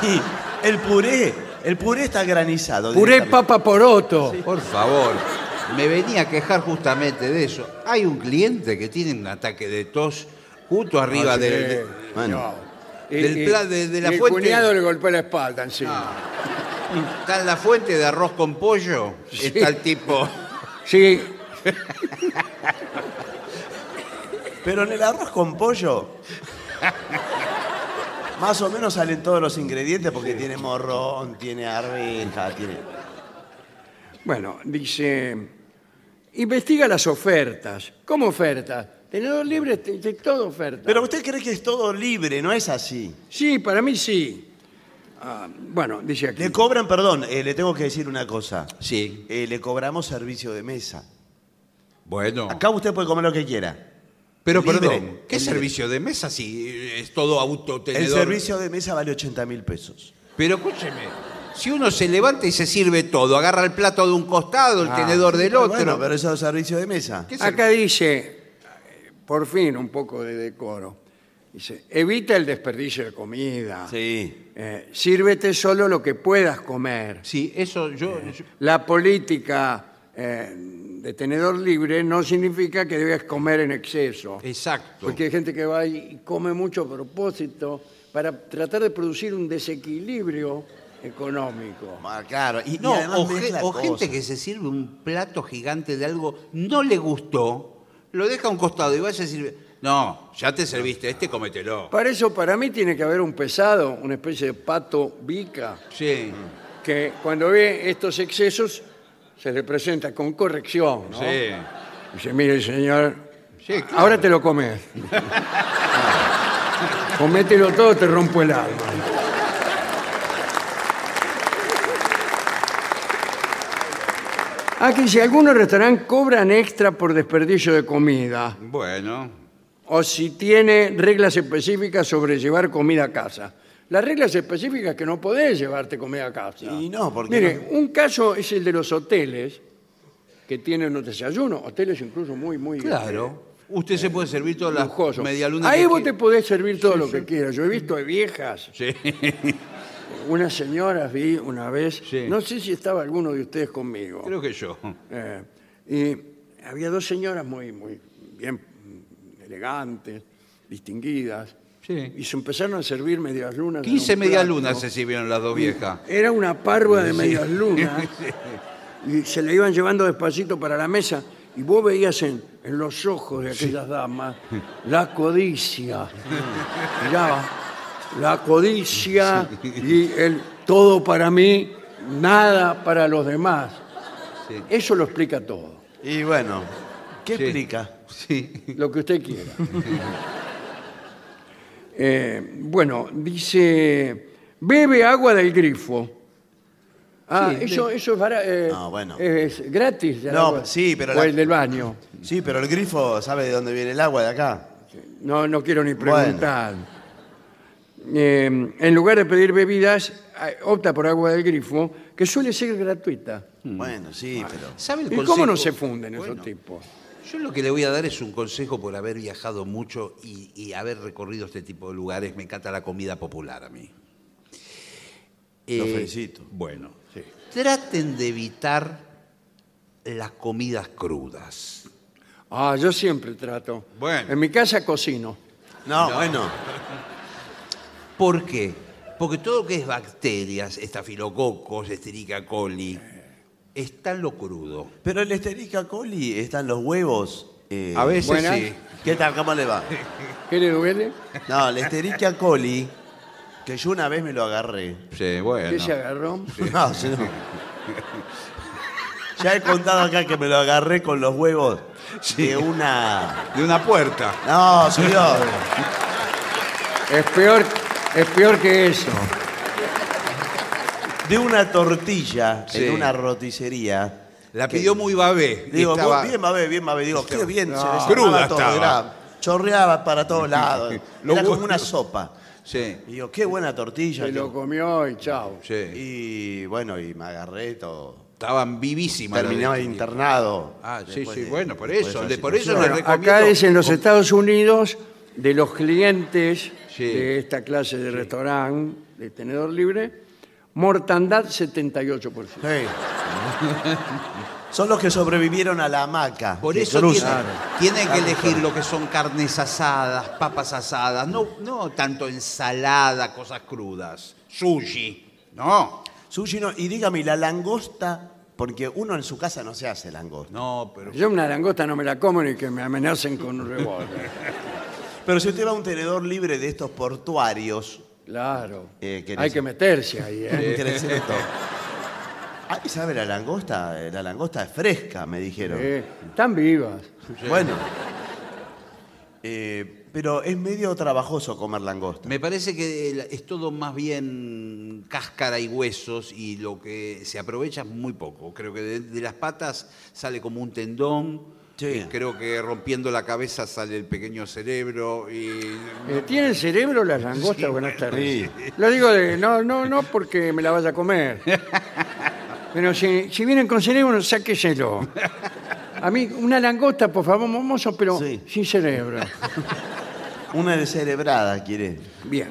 S3: sí, el puré, el puré está granizado.
S1: Puré
S3: directamente.
S1: papa poroto.
S2: Por favor, me venía a quejar justamente de eso. Hay un cliente que tiene un ataque de tos justo
S3: Ah,
S2: arriba
S1: Sí,
S2: del... de-
S3: bueno.
S1: no.
S2: del pla- de- de la
S1: y el
S2: fuente.
S1: cuñado le golpeó la espalda encima.
S2: Está en la fuente de arroz con pollo. Está el tipo...
S1: Sí,
S3: Pero en el arroz con pollo. Más o menos salen todos los ingredientes porque tiene morrón, tiene arveja, tiene.
S1: bueno, dice, investiga las ofertas. ¿Cómo ofertas? Tenedor libre, te- te- todo oferta.
S3: Pero usted cree que es todo libre, no es así.
S1: Sí, para mí sí. Ah, bueno, dice aquí.
S3: Le cobran, perdón, eh, le tengo que decir una cosa.
S2: Sí.
S3: Eh, le cobramos servicio de mesa.
S2: Bueno.
S3: Acá usted puede comer lo que quiera.
S2: Pero
S3: Libre.
S2: perdón, ¿qué
S3: El libre.
S2: servicio de mesa si es todo autotenedor?
S3: El servicio de mesa vale 80 mil pesos.
S2: Pero escúcheme, si uno se levanta y se sirve todo, agarra el plato de un costado, el tenedor del otro.
S3: Bueno, Ah, pero eso es servicio de mesa.
S2: ¿Qué
S1: Acá dice, por fin un poco de decoro. Dice, evita el desperdicio de comida.
S3: Sí.
S1: Eh, sírvete solo lo que puedas comer.
S2: Sí, eso yo...
S3: Eh.
S2: yo-
S1: La política eh, de tenedor libre no significa que debes comer en exceso.
S2: exacto.
S1: Porque hay gente que va y come mucho a propósito para tratar de producir un desequilibrio económico.
S3: Ah, claro. Y, y
S2: no,
S3: además
S2: o, ge-
S3: mezcla
S2: o gente
S3: cosas.
S2: que se sirve un plato gigante de algo, no le gustó, lo deja a un costado y va a sirve. No, ya te serviste, este cometelo.
S1: Para eso, para mí, tiene que haber un pesado, una especie de pato bica,
S2: Sí.
S1: que cuando ve estos excesos se le presenta con corrección, ¿no?
S2: Sí.
S1: Dice, mire, señor,
S2: Sí, claro.
S1: ahora te lo comes. Comételo todo, te rompo el alma. Aquí Ah, dice, algunos restaurantes cobran extra por desperdicio de comida
S2: Bueno,
S1: o si tiene reglas específicas sobre llevar comida a casa. Las reglas específicas que no podés llevarte comida a casa.
S3: Y no, porque
S1: Mire, un caso es el de los hoteles que tienen un desayuno, hoteles incluso muy, muy
S2: claro. Usted se puede servir todas
S1: eh,
S2: las
S1: lujosos.
S2: medialunas.
S1: Ahí
S2: que
S1: vos te
S2: quiera.
S1: podés servir todo lo que quieras. Yo he visto de viejas,
S2: Sí.
S1: unas señoras vi una vez,
S2: Sí.
S1: no sé si estaba alguno de ustedes conmigo.
S2: Creo que yo.
S1: Eh, y había dos señoras muy, muy bien mm, elegantes, distinguidas,
S2: Sí.
S1: y se empezaron a servir medias lunas. en un
S2: 15 medialunas
S1: plato.
S2: se sirvieron las dos viejas.
S1: Era una parva de medias lunas, y se la iban llevando despacito para la mesa, y vos veías en, en los ojos de aquellas damas la codicia. Miraba, la codicia y el todo para mí, nada para los demás.
S2: Sí.
S1: Eso lo explica todo.
S3: Y bueno, ¿qué
S2: Sí.
S3: explica?
S2: Sí.
S1: lo que usted quiera. Eh, bueno, dice, bebe agua del grifo. Ah, eso, eso es, bara- eh,
S3: Ah, bueno.
S1: es gratis. el
S3: No,
S1: agua.
S3: sí, pero
S1: O
S3: la-
S1: el del baño.
S3: Sí, pero el grifo sabe de dónde viene el agua de acá.
S1: No, no quiero ni
S3: Bueno.
S1: preguntar. Eh, en lugar de pedir bebidas, eh, opta por agua del grifo, que suele ser gratuita.
S3: Bueno, sí, pero.
S2: Hmm. ¿Sabe el
S1: ¿Y cómo no se
S2: consejo?
S1: funden
S2: Bueno,
S1: esos tipos?
S2: Yo lo que le voy a dar es un consejo por haber viajado mucho y, y haber recorrido este tipo de lugares. Me encanta la comida popular a mí. Eh,
S3: Lo felicito.
S2: Bueno, traten de evitar las comidas crudas.
S1: Ah, yo siempre trato.
S2: Bueno.
S1: En mi casa cocino.
S3: No, bueno.
S2: ¿Por qué? Porque todo lo que es bacterias, estafilococos, esterica coli, está en lo crudo.
S3: Pero el Esterica coli están los huevos. eh,
S2: A veces
S1: buenas.
S2: sí.
S3: ¿Qué tal? ¿Cómo le va?
S1: ¿Qué le duele?
S3: No, el Esterica coli, que yo una vez me lo agarré.
S2: Sí, bueno.
S1: ¿Qué se agarró?
S3: No, yo no. Ya he contado acá que me lo agarré con los huevos de una.
S2: De una puerta.
S3: No, señor.
S1: Es peor, es peor que eso.
S3: De una tortilla
S2: Sí.
S3: en una roticería.
S2: La
S3: que-
S2: pidió muy babé.
S3: Digo,
S2: Estaba-
S3: muy bien, Mabé, bien, Mabé. Digo, qué bien, se
S2: No.
S3: desarmaba
S2: Cruda
S3: todo,
S2: estaba.
S3: era- chorreaba para todos lados.
S2: Lo
S3: Era como
S2: bueno.
S3: una sopa.
S2: Sí,
S3: Y digo, qué buena tortilla.
S1: Se
S3: que-
S1: lo comió y chao.
S2: sí.
S3: Y bueno, y me agarré todo.
S2: Estaban vivísimas. las
S3: Terminaba
S2: de-
S3: internado.
S2: Ah, sí,
S3: Después
S2: sí,
S3: de-
S2: bueno, por
S3: después de
S2: eso,
S3: esa
S2: de- por eso
S3: situación.
S2: le
S1: Bueno,
S2: recomiendo-
S1: acá es en los Estados Unidos de los clientes
S2: Sí.
S1: de esta clase de restaurante de tenedor libre, mortandad 78%.
S3: Sí. Son los que sobrevivieron a la hamaca.
S2: Por
S3: que
S2: eso tienen,
S3: cruzan.
S2: tienen que elegir lo que son carnes asadas, papas asadas, no, no tanto ensalada, cosas crudas, sushi, no.
S3: Sushi no- Y dígame, ¿y la langosta, porque uno en su casa no se hace langosta.
S2: No, pero
S1: Yo una langosta no me la como ni que me amenacen con un revólver.
S3: Pero si usted va a un tenedor libre de estos portuarios,
S1: Claro.
S3: Eh, ¿qué
S1: Hay
S3: dice?
S1: que meterse ahí. ¿eh?
S3: interesante. Ah, ¿y sabe la langosta? Eh, La langosta es fresca, me dijeron.
S1: Eh, están vivas.
S3: Bueno. Eh, pero es medio trabajoso comer langosta.
S2: me parece que el- es todo más bien cáscara y huesos y lo que se aprovecha es muy poco. Creo que de, de las patas sale como un tendón,
S3: Sí.
S2: y creo que rompiendo la cabeza sale el pequeño cerebro y
S1: Eh, ¿Tienen cerebro las langostas? Buenas tardes. Lo digo de, no, no, no porque me la vaya a comer. Pero si, si vienen con cerebro, sáqueselo. A mí, una langosta, por favor, mozo, pero
S3: Sí.
S1: sin cerebro.
S3: Una descerebrada, quiere.
S1: Bien.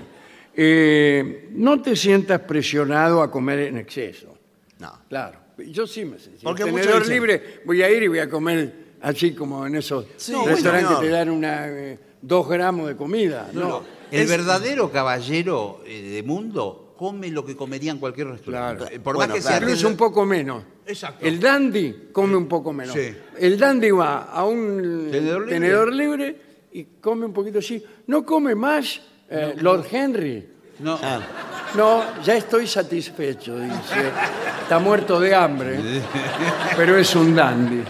S1: Eh, no te sientas presionado a comer en exceso.
S3: No.
S1: Claro. Yo sí me siento.
S3: Porque
S1: en
S3: muchos
S1: tenedor
S3: dicen-
S1: libre voy a ir y voy a comer así como en esos
S3: Sí, bueno,
S1: restaurantes
S3: señor.
S1: que te dan una, eh, dos gramos de comida. No.
S2: El verdadero caballero eh, de mundo come lo que comería en cualquier restaurante.
S1: Claro.
S2: Eh, Por
S3: Bueno,
S2: más que
S3: claro.
S2: sea.
S1: Incluso un poco menos.
S2: Exacto.
S1: El dandy come un poco menos.
S2: Sí.
S1: El dandy va a un
S2: Tenedor
S1: tenedor
S2: libre.
S1: libre, y come un poquito así. No come más eh, Lord Henry.
S2: No,
S3: Ah,
S1: No, ya estoy satisfecho, dice. Está muerto de hambre, pero es un dandy.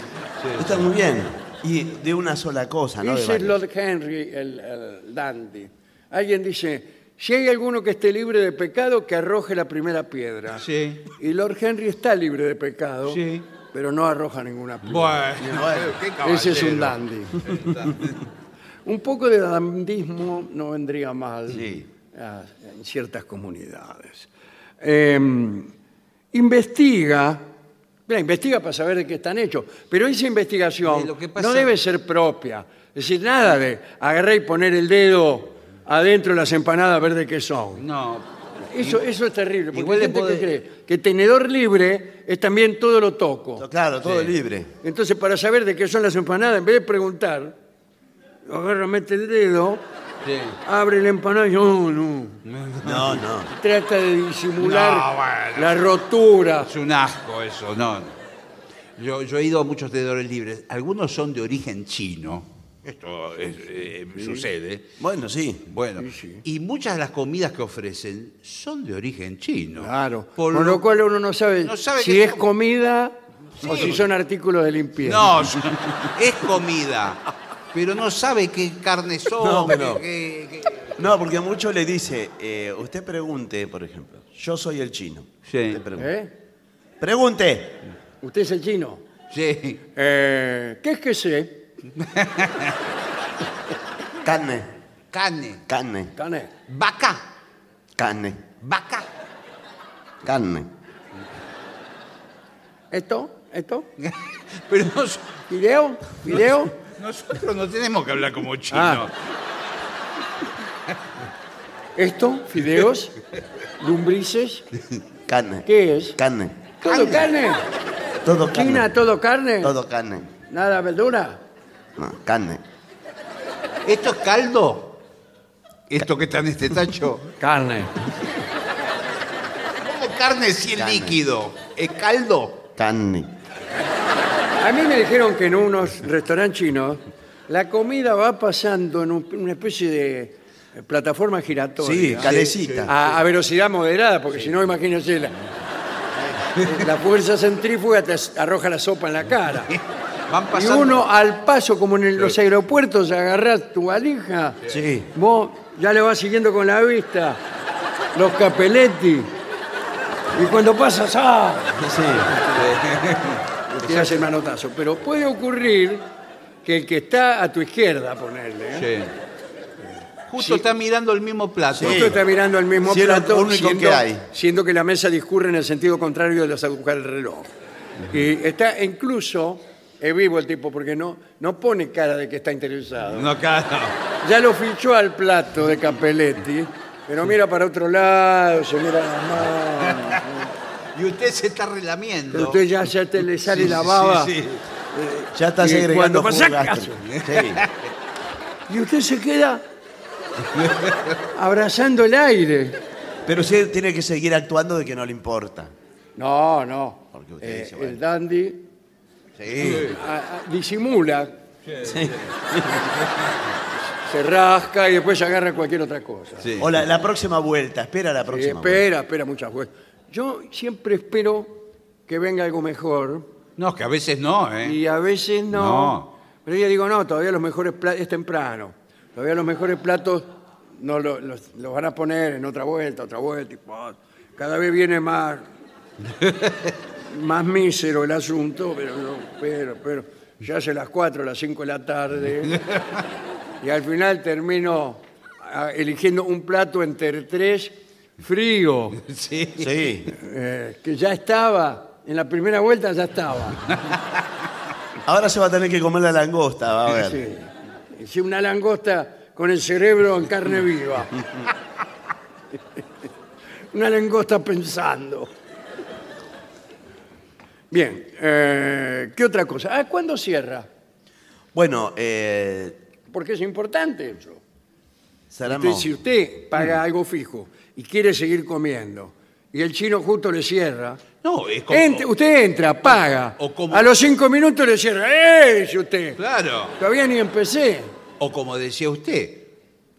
S3: Está muy bien. Y de una sola cosa, Ah, ¿no? De
S1: Dice
S3: varias.
S1: Lord Henry, el, el dandy. Alguien dice, si hay alguno que esté libre de pecado, que arroje la primera piedra.
S5: Sí.
S1: Y Lord Henry está libre de pecado,
S5: Sí.
S1: pero no arroja ninguna piedra.
S5: Bueno.
S2: Qué
S1: Ese es un
S2: caballero.
S1: dandy. un poco de dandismo no vendría mal a- en ciertas comunidades. Eh, investiga, mira, investiga para saber de qué están hechos, pero esa investigación
S2: Eh, lo que pasa-
S1: no debe ser propia. Es decir, nada de agarrar y poner el dedo adentro de las empanadas a ver de qué son.
S2: No,
S1: Eso, eso es terrible, porque
S2: Igual
S1: hay
S2: le
S1: gente que
S2: puede-
S1: cree que tenedor libre es también todo lo toco.
S3: Claro, todo libre.
S1: Entonces, para saber de qué son las empanadas, en vez de preguntar, agarra, mete el dedo,
S2: sí.
S1: abre la empanada y no, no.
S3: No, no.
S1: Trata de disimular
S2: No, bueno.
S1: la rotura.
S2: Es un asco eso, no. Yo, yo he ido a muchos tenedores libres. Algunos son de origen chino. Esto es, eh, sucede.
S3: Bueno, sí.
S2: Bueno, y muchas de las comidas que ofrecen son de origen chino.
S1: Claro.
S2: Por
S1: Con lo cual uno no sabe,
S2: no sabe
S1: si
S2: qué
S1: es
S2: son.
S1: comida o si son artículos de limpieza.
S2: No, es comida. Pero no sabe qué carne son.
S3: No, pero-
S2: qué- qué-
S3: No, porque mucho le dice, eh, usted pregunte, por ejemplo, yo soy el chino.
S2: Sí.
S3: Usted pregunte.
S1: ¿Eh?
S3: Pregunte.
S1: ¿Usted es el chino?
S2: Sí.
S1: Eh, ¿Qué es que sé?
S3: Carne,
S2: Carne.
S3: carne,
S1: Cané.
S2: Vaca.
S3: carne,
S2: Vaca.
S3: carne.
S1: ¿Esto? ¿Esto?
S2: Pero nos-
S1: ¿Video? ¿Video?
S2: nosotros no tenemos que hablar como chino.
S1: Ah. ¿Esto? ¿Fideos? ¿Lumbrices?
S3: Carne.
S1: ¿Qué es?
S3: Carne.
S1: ¿Todo carne?
S3: Todo
S1: ¿China,
S3: carne.
S1: todo carne?
S3: Todo carne.
S1: ¿Nada verdura?
S3: No, carne.
S2: ¿Esto es caldo? ¿Esto que está en este tacho?
S6: Carne.
S2: ¿Cómo carne si es
S3: Carne.
S2: líquido? ¿Es caldo?
S3: Carne.
S1: A mí me dijeron que en unos restaurantes chinos la comida va pasando en un- una especie de plataforma
S3: Sí,
S1: giratoria.
S3: calecita.
S1: a, a velocidad moderada, porque si no, imagínense, la, la fuerza centrífuga te as- arroja la sopa en la cara.
S2: Van
S1: Y
S2: pasando.
S1: uno al paso, como en el- los aeropuertos, agarrás tu valija,
S3: Sí.
S1: vos ya le vas siguiendo con la vista los capeletti. Y cuando pasas, ¡ah!
S3: Sí.
S1: te das el manotazo. Pero puede ocurrir que el que está a tu izquierda, ponerle, ¿eh?
S2: Sí. Justo está mirando el mismo plato.
S1: Justo está mirando el mismo
S3: Si es lo
S1: plato,
S3: único
S1: siendo,
S3: que hay.
S1: siendo que la mesa discurre en el sentido contrario de las agujas del reloj. Y está incluso, es vivo el tipo, porque no, no pone cara de que está interesado.
S2: No, claro.
S1: Ya lo fichó al plato de Capelletti, pero mira para otro lado, se mira las manos.
S2: Y usted se está
S1: Pero
S2: relamiendo.
S1: usted ya, ya te le sale
S2: Sí,
S1: la
S2: sí,
S1: baba.
S2: sí, sí.
S3: Ya está
S1: Y
S3: segregando
S1: cuando pasa-
S3: jugo gástrico. Sí.
S1: Y usted se queda abrazando el aire.
S3: Pero sí tiene que seguir actuando de que no le importa.
S1: No, no.
S3: Porque usted
S1: Eh,
S3: dice, bueno.
S1: El dandy
S3: Sí.
S1: ah, ah, disimula. Se rasca y después se agarra cualquier otra cosa.
S2: Sí.
S3: O la, la próxima vuelta, espera la
S1: Y
S3: próxima pues. vuelta.
S1: espera, espera muchas veces. Yo siempre espero que venga algo mejor
S2: No, que a veces no, ¿eh?
S1: y a veces no.
S2: No.
S1: Pero yo digo, no, todavía los mejores platos, es temprano, todavía los mejores platos no lo- los, los van a poner en otra vuelta, otra vuelta. y pa, cada vez viene más, más mísero el asunto, pero, no, pero, pero ya hace las 4, las 5 de la tarde y al final termino ah, eligiendo un plato entre tres frío
S2: Sí.
S3: Sí.
S1: eh, que ya estaba, en la primera vuelta ya estaba.
S3: Ahora se va a tener que comer la langosta, va a ver.
S1: Sí. Hice una langosta con el cerebro en carne viva. una langosta pensando. Bien, eh, ¿qué otra cosa? Ah, ¿cuándo cierra?
S3: Bueno, eh,
S1: Porque es importante eso.
S3: Saramo.
S1: Usted, si usted
S2: Mm.
S1: paga algo fijo y quiere seguir comiendo y el chino justo le cierra,
S2: No, es como.
S1: ent- usted entra, paga.
S2: o como-
S1: A los cinco minutos le cierra. ¡Eh! dice usted.
S2: Claro.
S1: Todavía ni empecé.
S2: O como decía usted,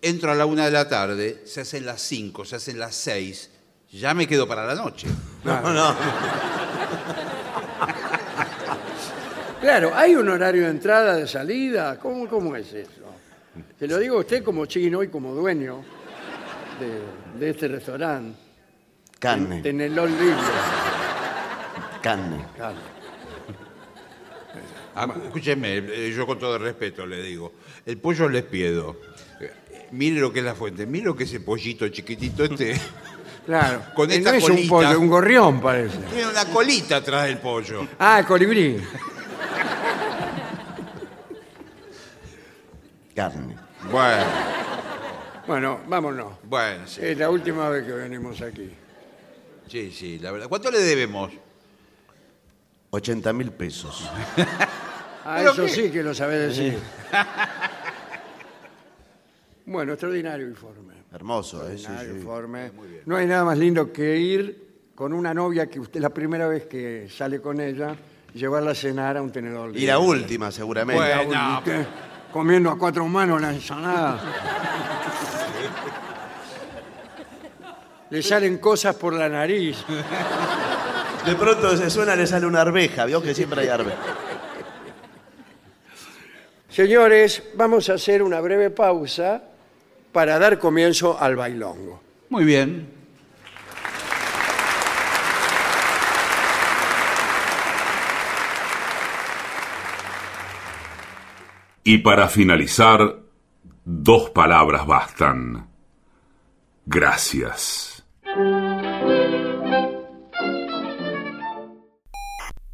S2: entro a la una de la tarde, se hacen las cinco, se hacen las seis, ya me quedo para la noche.
S3: No, no.
S1: Claro, hay un horario de entrada, de salida. ¿Cómo, cómo es eso? Se lo digo a usted como chino y como dueño de, de este restaurante.
S3: Carne,
S1: Tenelón libre.
S3: carne.
S1: Claro.
S2: Ah, Escúcheme, eh, yo con todo respeto le digo, el pollo les pido. Eh, Mire lo que es la fuente, mire lo que es ese pollito chiquitito este.
S1: Claro.
S2: Con
S1: Y
S2: esta
S1: no es un
S2: colita.
S1: pollo, un gorrión parece.
S2: Tiene una colita atrás del pollo.
S1: Ah, colibrí.
S3: Carne.
S2: Bueno,
S1: Bueno, vámonos.
S2: bueno, sí.
S1: Es la última vez que venimos aquí.
S2: Sí, sí, la verdad. ¿Cuánto le debemos?
S3: 80 mil pesos.
S1: Ah,
S2: ¿Pero
S1: eso
S2: qué?
S1: sí que lo sabe decir. bueno, extraordinario informe.
S3: Hermoso, ¿eh? Sí,
S1: Extraordinario
S3: sí.
S1: informe. No hay nada más lindo que ir con una novia que usted la primera vez que sale con ella, llevarla a cenar a un tenedor.
S3: Y la
S1: libre.
S3: última, seguramente.
S2: Bueno.
S1: La última,
S2: no, pero-
S1: Comiendo a cuatro manos la ensalada. Le salen cosas por la nariz.
S3: De pronto se suena, le sale una arveja. Vio que siempre hay arveja.
S1: Señores, vamos a hacer una breve pausa para dar comienzo al bailongo.
S2: Muy bien.
S5: Y para finalizar, dos palabras bastan. Gracias.